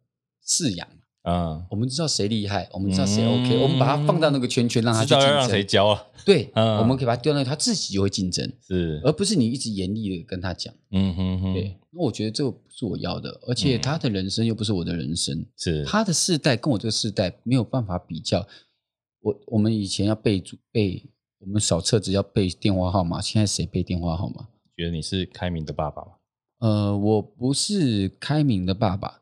Speaker 1: 饲养，
Speaker 2: 嗯，
Speaker 1: 我们知道谁厉害，我们知道谁
Speaker 2: 嗯
Speaker 1: OK，、我们把它放到那个圈圈，让它去
Speaker 2: 知道
Speaker 1: 竞
Speaker 2: 要让
Speaker 1: 争。
Speaker 2: 谁教啊？
Speaker 1: 对，
Speaker 2: 嗯
Speaker 1: 我们可以把它丢到那，它自己就会竞争，
Speaker 2: 是，
Speaker 1: 而不是你一直严厉的跟他讲。
Speaker 2: 嗯哼哼，
Speaker 1: 呃对，，那我觉得这个不是我要的，而且
Speaker 2: 嗯
Speaker 1: 他的人生又不是我的人生。
Speaker 2: 是，
Speaker 1: 他的世代跟我这个世代没有办法比较。我我们以前要背住背，我们扫册子要背电话号码，现在谁背电话号码？
Speaker 2: 觉得你是开明的爸爸吗？
Speaker 1: 呃，我不是开明的爸爸，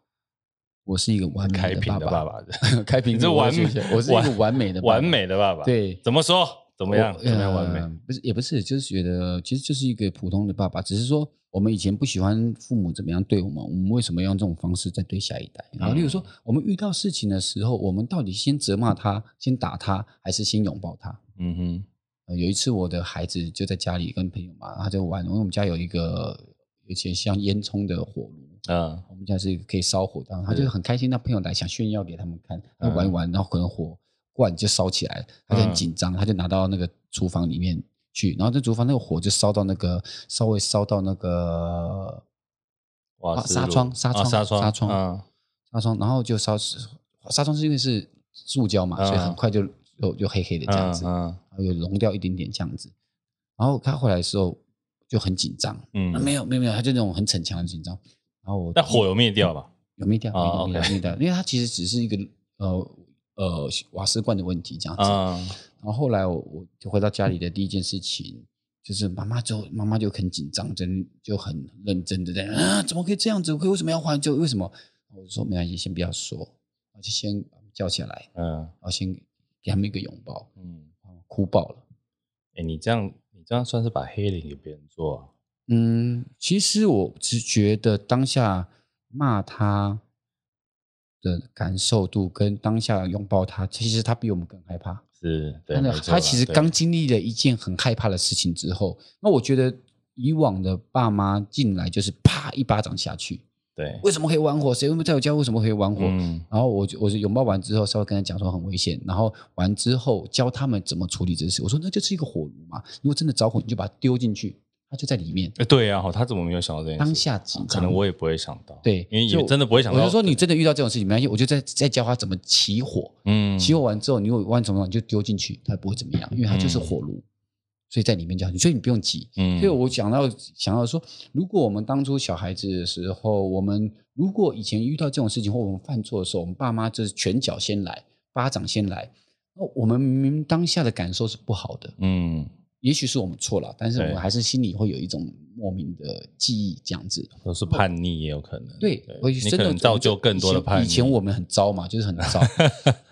Speaker 1: 我是一个完
Speaker 2: 开
Speaker 1: 美的
Speaker 2: 屏
Speaker 1: 爸
Speaker 2: 的爸
Speaker 1: 爸，
Speaker 2: 爸 的，
Speaker 1: 开屏
Speaker 2: 你是
Speaker 1: 我
Speaker 2: 完
Speaker 1: 学
Speaker 2: 美
Speaker 1: 一下，我是一个完美的爸爸
Speaker 2: 完美的爸爸，，
Speaker 1: 对，
Speaker 2: 怎么说？怎
Speaker 1: 怎
Speaker 2: 么样？怎么样完美？
Speaker 1: 呃不是也不是，就是觉得其实就是一个普通的爸爸，只是说我们以前不喜欢父母怎么样对我们，我们为什么要用这种方式在对下一代？然后，例如
Speaker 2: 嗯
Speaker 1: 说我们遇到事情的时候，我们到底先责骂他，先打他，还是先拥抱他？
Speaker 2: 嗯哼，
Speaker 1: 呃有一次我的孩子就在家里跟朋友嘛，他就玩，因为我们家有一个有一些像烟囱的火炉，
Speaker 2: 嗯
Speaker 1: 我们家是可以烧火的，然啊后他
Speaker 2: 是
Speaker 1: 就很开心。那朋友来想炫耀给他们看，他
Speaker 2: 嗯
Speaker 1: 玩一玩，然后可能火罐就烧起来了，他就很
Speaker 2: 嗯
Speaker 1: 紧张，他就拿到那个厨房里面去，然后在厨房那个火就烧到那个稍微烧到那个
Speaker 2: 哇
Speaker 1: 啊
Speaker 2: 是
Speaker 1: 纱
Speaker 2: 路
Speaker 1: 窗纱
Speaker 2: 啊
Speaker 1: 窗
Speaker 2: 纱窗
Speaker 1: 纱窗
Speaker 2: 嗯
Speaker 1: 纱窗，然后就烧纱窗是因为是塑胶嘛，所以
Speaker 2: 嗯
Speaker 1: 很快就就就黑黑的这样子，然
Speaker 2: 嗯
Speaker 1: 后有融掉一点点这样子。然后他回来的时候就很紧张，
Speaker 2: 嗯
Speaker 1: 啊
Speaker 2: 嗯，
Speaker 1: 没有没有没有，他就那种很逞强的紧张。然后我
Speaker 2: 但火有灭掉吧？
Speaker 1: 有灭掉，有
Speaker 2: 哦
Speaker 1: 灭掉，有灭掉，因为它其实只是一个呃呃瓦斯罐的问题这样子。
Speaker 2: 嗯
Speaker 1: 然后后来我我就回到家里的第一件事情，就是妈妈就妈妈就很紧张，真就很认真的在啊，怎么可以这样子？为为什么要换？就为什么？我就说没关系，先不要说，我就先把他们叫起来，然
Speaker 2: 嗯
Speaker 1: 后先给他们一个拥抱，
Speaker 2: 嗯，
Speaker 1: 然后哭爆了。
Speaker 2: 哎，你这样你这样算是把黑脸给别人做啊？
Speaker 1: 嗯，其实我只觉得当下骂他的感受度跟当下拥抱他，其实他比我们更害怕。
Speaker 2: 是，对
Speaker 1: 真的
Speaker 2: 没，错
Speaker 1: 他
Speaker 2: 啦
Speaker 1: 其实
Speaker 2: 对
Speaker 1: 刚经历了一件很害怕的事情之后，那我觉得以往的爸妈进来就是啪一巴掌下去，
Speaker 2: 对，
Speaker 1: 为什么可以玩火？谁会在我家为什么可以玩火？
Speaker 2: 嗯
Speaker 1: 然后我就我就拥抱完之后，稍微跟他讲说很危险，然后完之后教他们怎么处理这事。我说那就是一个火炉嘛，如果真的着火，你就把它丢进去，它就在里面。
Speaker 2: 哎对呀，哦他怎么没有想到这件事？
Speaker 1: 当下紧张
Speaker 2: 啊可能我也不会想到，
Speaker 1: 对
Speaker 2: 因为
Speaker 1: 就
Speaker 2: 也真的不会想到。
Speaker 1: 我就说你真的遇到这种事情没关系，我就再再教他怎么起火。
Speaker 2: 嗯，
Speaker 1: 起火完之后，你如果万重你就丢进去，它不会怎么样，因为它就是火炉，所以在里面就好。所以你不用急。
Speaker 2: 嗯，
Speaker 1: 所以我讲到想到说，如果我们当初小孩子的时候，我们如果以前遇到这种事情或我们犯错的时候，我们爸妈就是拳脚先来，巴掌先来，那我们明明当下的感受是不好的，
Speaker 2: 嗯，
Speaker 1: 也许是我们错了，但是我
Speaker 2: 对
Speaker 1: 们还是心里会有一种莫名的记忆这样子。
Speaker 2: 都是叛逆也有可能，
Speaker 1: 对，我
Speaker 2: 你
Speaker 1: 真
Speaker 2: 可
Speaker 1: 的
Speaker 2: 能造就更多的
Speaker 1: 以前
Speaker 2: 叛逆。
Speaker 1: 以前我们很糟嘛，就是很 糟。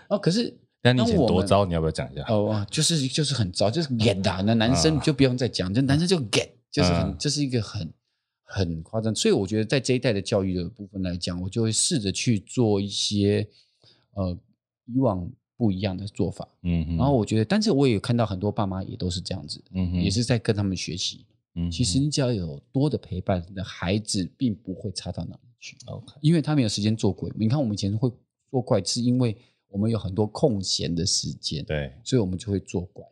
Speaker 1: 啊，可是
Speaker 2: 但你以
Speaker 1: 当
Speaker 2: 前
Speaker 1: 我
Speaker 2: 多
Speaker 1: 们
Speaker 2: 糟，你要不要讲一下？
Speaker 1: 哦，就是就是很糟，就是 get 的啊。那男生就不用再讲，就男生就 get，就是很、
Speaker 2: 嗯
Speaker 1: 这是一个很很夸张。所以我觉得在这一代的教育的部分来讲，我就会试着去做一些呃以往不一样的做法。
Speaker 2: 嗯哼，
Speaker 1: 然后我觉得，但是我也有看到很多爸妈也都是这样子，
Speaker 2: 嗯哼
Speaker 1: 也，是在跟他们学习。
Speaker 2: 嗯哼
Speaker 1: 其实你只要有多的陪伴，你的孩子并不会差到哪里去。
Speaker 2: OK，
Speaker 1: 因为他没有时间做鬼。你看我们以前会做怪，是因为我们有很多空闲的时间，
Speaker 2: 对
Speaker 1: 所以我们就会做怪。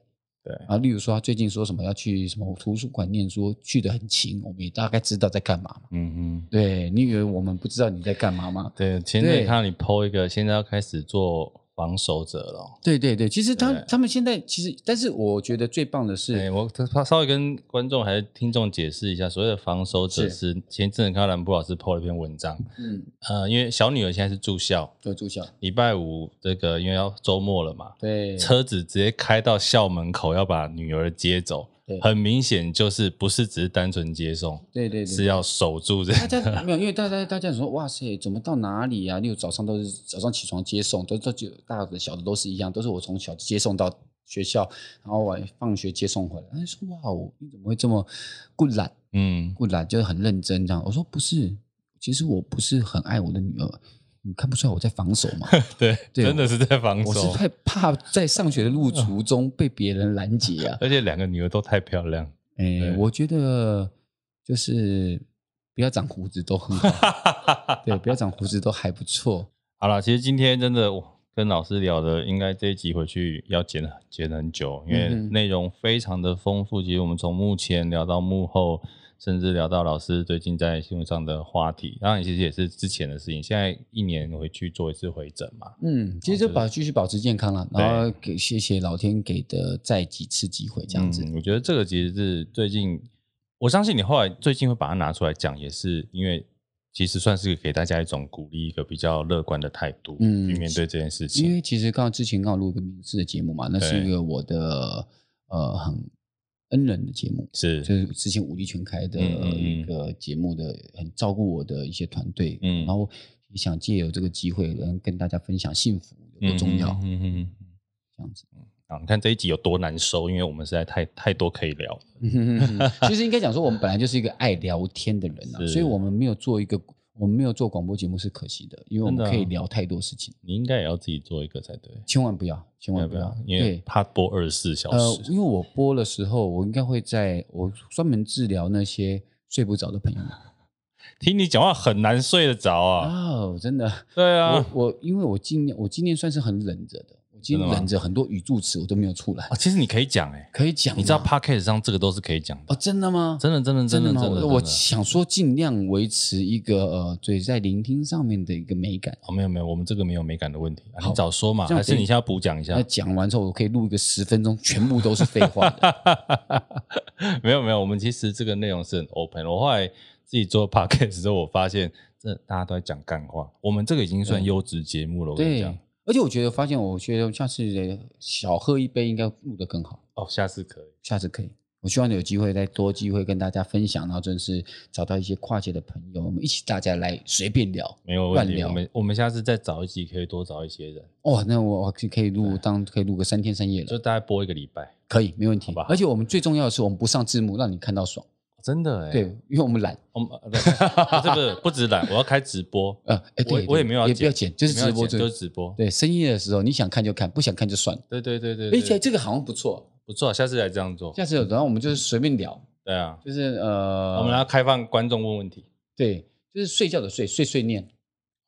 Speaker 2: 对，
Speaker 1: 啊，例如说他最近说什么要去什么图书馆念书，去的很勤，我们也大概知道在干嘛嘛。
Speaker 2: 嗯哼。
Speaker 1: 对你以为我们不知道你在干嘛吗？
Speaker 2: 对，前阵
Speaker 1: 对
Speaker 2: 看到你 PO 一个，现在要开始做防守者了。哦
Speaker 1: 对对对，其实他
Speaker 2: 对
Speaker 1: 他们现在其实，但是我觉得最棒的
Speaker 2: 对，
Speaker 1: 是，嗯
Speaker 2: 哎我他稍微跟观众还是听众解释一下，所谓的防守者是前阵子看到兰布老师 PO 了一篇文章，
Speaker 1: 嗯，
Speaker 2: 呃，因为小女儿现在是住校，
Speaker 1: 对住校，
Speaker 2: 礼拜五这个因为要周末了嘛，
Speaker 1: 对，
Speaker 2: 车子直接开到校门口要把女儿接走
Speaker 1: 对，
Speaker 2: 很明显就是不是只是单纯接送，
Speaker 1: 对对
Speaker 2: 是
Speaker 1: 对。
Speaker 2: 要守住这
Speaker 1: 大家没有，因为大家大家说，哇塞，怎么到哪里啊？例如早上都是早上起床接送，都都就大的小的都是一样，都是我从小接送到学校，然后晚放学接送回来。他说哇哦，你怎么会这么固懒？
Speaker 2: 嗯
Speaker 1: 不然就是很认真这样。我说不是，其实我不是很爱我的女儿，你看不出来我在防守吗？
Speaker 2: 对，
Speaker 1: 对
Speaker 2: 真的是在防
Speaker 1: 我是
Speaker 2: 守，
Speaker 1: 太怕在上学的路途中被别人拦截啊。
Speaker 2: 而且两个女儿都太漂亮，
Speaker 1: 哎，我觉得就是不要长胡子都很好， 对，不要长胡子都还不错。
Speaker 2: 好了，其实今天真的我跟老师聊的，应该这一集回去要剪剪很久，因为
Speaker 1: 嗯哼
Speaker 2: 内容非常的丰富。其实我们从幕前聊到幕后，甚至聊到老师最近在新闻上的话题，当然其实也是之前的事情。现在一年回去做一次回诊嘛，
Speaker 1: 嗯，
Speaker 2: 哦
Speaker 1: 其实就保继续保持健康了，然后给谢谢老天给的再几次机会，这样子。
Speaker 2: 嗯我觉得这个其实是最近，我相信你后来最近会把它拿出来讲，也是因为其实算是给大家一种鼓励，一个比较乐观的态度，
Speaker 1: 嗯
Speaker 2: 去面对这件事
Speaker 1: 因
Speaker 2: 情。
Speaker 1: 为其实刚刚之前刚好录一个名字的节目嘛，那是
Speaker 2: 对
Speaker 1: 一个我的呃很恩人的节目，
Speaker 2: 是，
Speaker 1: 就是之前武力全开的
Speaker 2: 嗯嗯嗯
Speaker 1: 一个节目的，很照顾我的一些团队，
Speaker 2: 嗯
Speaker 1: 然后也想借由这个机会，能跟大家分享幸福有多重要，
Speaker 2: 嗯嗯嗯嗯嗯
Speaker 1: 这样子。
Speaker 2: 啊，你看这一集有多难收，因为我们实在太太多可以聊。
Speaker 1: 嗯 其实应该讲说，我们本来就是一个爱聊天的人啊，
Speaker 2: 是
Speaker 1: 所以我们没有做一个，我们没有做广播节目是可惜的，因为我
Speaker 2: 真
Speaker 1: 们
Speaker 2: 的啊
Speaker 1: 可以聊太多事情，
Speaker 2: 你应该也要自己做一个才对，
Speaker 1: 千万不要，千
Speaker 2: 要
Speaker 1: 万
Speaker 2: 不
Speaker 1: 不
Speaker 2: 要
Speaker 1: 要？，
Speaker 2: 因为
Speaker 1: 对。
Speaker 2: 怕播二十四小
Speaker 1: 呃，
Speaker 2: 时。
Speaker 1: 因为我播的时候，我应该会在我专门治疗那些睡不着的朋友们。
Speaker 2: 听你讲话很难睡得着啊。
Speaker 1: 哦，真的，
Speaker 2: 对啊
Speaker 1: 我，我因为我今年我今年算是很忍着的，我今
Speaker 2: 真的
Speaker 1: 年
Speaker 2: 吗
Speaker 1: 忍着很多语助词我都没有出来
Speaker 2: 啊，，其实你可以讲哎，
Speaker 1: 可以讲吗，
Speaker 2: 你知道 podcast 上这个都是可以讲的
Speaker 1: 嗯哦，，真的吗？
Speaker 2: 真的真的真的
Speaker 1: 的吗？
Speaker 2: 真的。
Speaker 1: 我我
Speaker 2: 真的
Speaker 1: 想说尽量维持一个呃嘴在聆听上面的一个美感。
Speaker 2: 哦，没有没有，我们这个没有美感的问题，啊、你
Speaker 1: 好
Speaker 2: 早说嘛，
Speaker 1: 这样
Speaker 2: 还是
Speaker 1: 可以哎
Speaker 2: 你现在补讲一下
Speaker 1: 那？讲完之后，我可以录一个十分钟，全部都是废话的
Speaker 2: 没有没有，我们其实这个内容是很 open。我后来自己做 podcast 之后，我发现这大家都在讲干话，我们这个已经算优质节目了。 我跟你
Speaker 1: 对
Speaker 2: 讲，，
Speaker 1: 而且我觉得发现，我觉得下次呃小喝一杯应该录得更好，
Speaker 2: 哦，下次可以。
Speaker 1: 下次可以。我希望有机会再多机会跟大家分享，然后真是找到一些跨界的朋友，我们一起大家来随便聊。
Speaker 2: 没有问
Speaker 1: 乱
Speaker 2: 题，
Speaker 1: 聊
Speaker 2: 我们我们下次再找一集，可以多找一些人，
Speaker 1: 哦，那我我可以可以录当可以录个三天三夜
Speaker 2: 就
Speaker 1: 了，
Speaker 2: 大概播一个礼拜，哦
Speaker 1: 可以没问题
Speaker 2: 好吧。
Speaker 1: 而且我们最重要的是，我们不上字幕，让你看到爽。
Speaker 2: 真的哎。
Speaker 1: 对，，因为我们懒。
Speaker 2: 我们呃不是不是不 是不止懒，我要开直播，
Speaker 1: 呃，哎，
Speaker 2: 我
Speaker 1: 对，
Speaker 2: 我
Speaker 1: 对
Speaker 2: 也没有要
Speaker 1: 也不要剪，就是
Speaker 2: 也没有
Speaker 1: 直播
Speaker 2: 剪
Speaker 1: 最
Speaker 2: 就是直播。
Speaker 1: 对，深夜的时候你想看就看，不想看就算。了。
Speaker 2: 对对对对
Speaker 1: 哎，
Speaker 2: 对，
Speaker 1: 这这个好像不错，
Speaker 2: 不错，下次来这样做。
Speaker 1: 下次有然后我们就是随便聊，
Speaker 2: 对啊，
Speaker 1: 就是呃，
Speaker 2: 我们要开放观众问问题。
Speaker 1: 对，就是睡觉的睡，碎碎念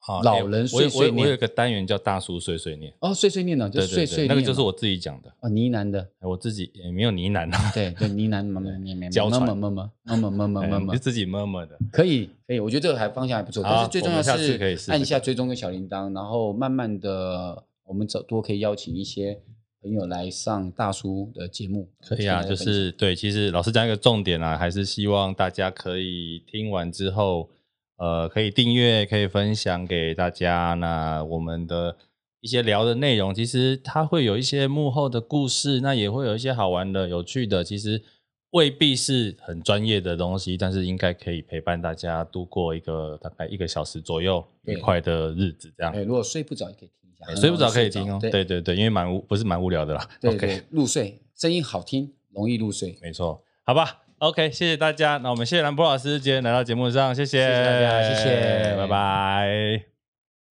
Speaker 2: 啊
Speaker 1: 老
Speaker 2: 哎
Speaker 1: 人
Speaker 2: 我有
Speaker 1: 碎
Speaker 2: 我有
Speaker 1: 碎
Speaker 2: 我有
Speaker 1: 念
Speaker 2: 一个单元叫大叔碎碎念，
Speaker 1: 哦，碎碎念呢，就是
Speaker 2: 对
Speaker 1: 碎
Speaker 2: 对
Speaker 1: 碎
Speaker 2: 对，
Speaker 1: 念
Speaker 2: 那
Speaker 1: 嘛，
Speaker 2: 个就是我自己讲的，
Speaker 1: 哦呢喃的，
Speaker 2: 哎我自己也没有呢喃啊，
Speaker 1: 对对呢喃么么咩咩
Speaker 2: 娇
Speaker 1: 么
Speaker 2: 喘
Speaker 1: 么么么么么么么
Speaker 2: 哎
Speaker 1: 么
Speaker 2: 你
Speaker 1: 么
Speaker 2: 就，自己默默的。
Speaker 1: 可以可以，我觉得这个还方向还不错，
Speaker 2: 好
Speaker 1: 但是最重要
Speaker 2: 我们下次可以试
Speaker 1: 是
Speaker 2: 试
Speaker 1: 按一下追踪跟小铃铛，然后慢慢的我们找多可以邀请一些朋友来上大叔的节目，
Speaker 2: 可以啊，
Speaker 1: 跟
Speaker 2: 就
Speaker 1: 大家分享
Speaker 2: 是对，其实老师讲一个重点啊，还是希望大家可以听完之后，呃，可以订阅，可以分享给大家。那我们的一些聊的内容，其实它会有一些幕后的故事，那也会有一些好玩的、有趣的，其实未必是很专业的东西，但是应该可以陪伴大家度过一个大概一个小时左右愉
Speaker 1: 对
Speaker 2: 快的日子，这样
Speaker 1: 哎，。如果睡不着也可以听一下，
Speaker 2: 啊对睡不着可以听哦，
Speaker 1: 对
Speaker 2: 对对对，因为蛮无不是蛮无聊的 啦。
Speaker 1: 对
Speaker 2: OK
Speaker 1: 对，入睡声音好听，容易入睡。
Speaker 2: 没错，好吧，OK，谢谢大家。那我们谢谢兰波老师今天来到节目上，谢谢，
Speaker 1: 谢谢大家谢谢
Speaker 2: 拜拜。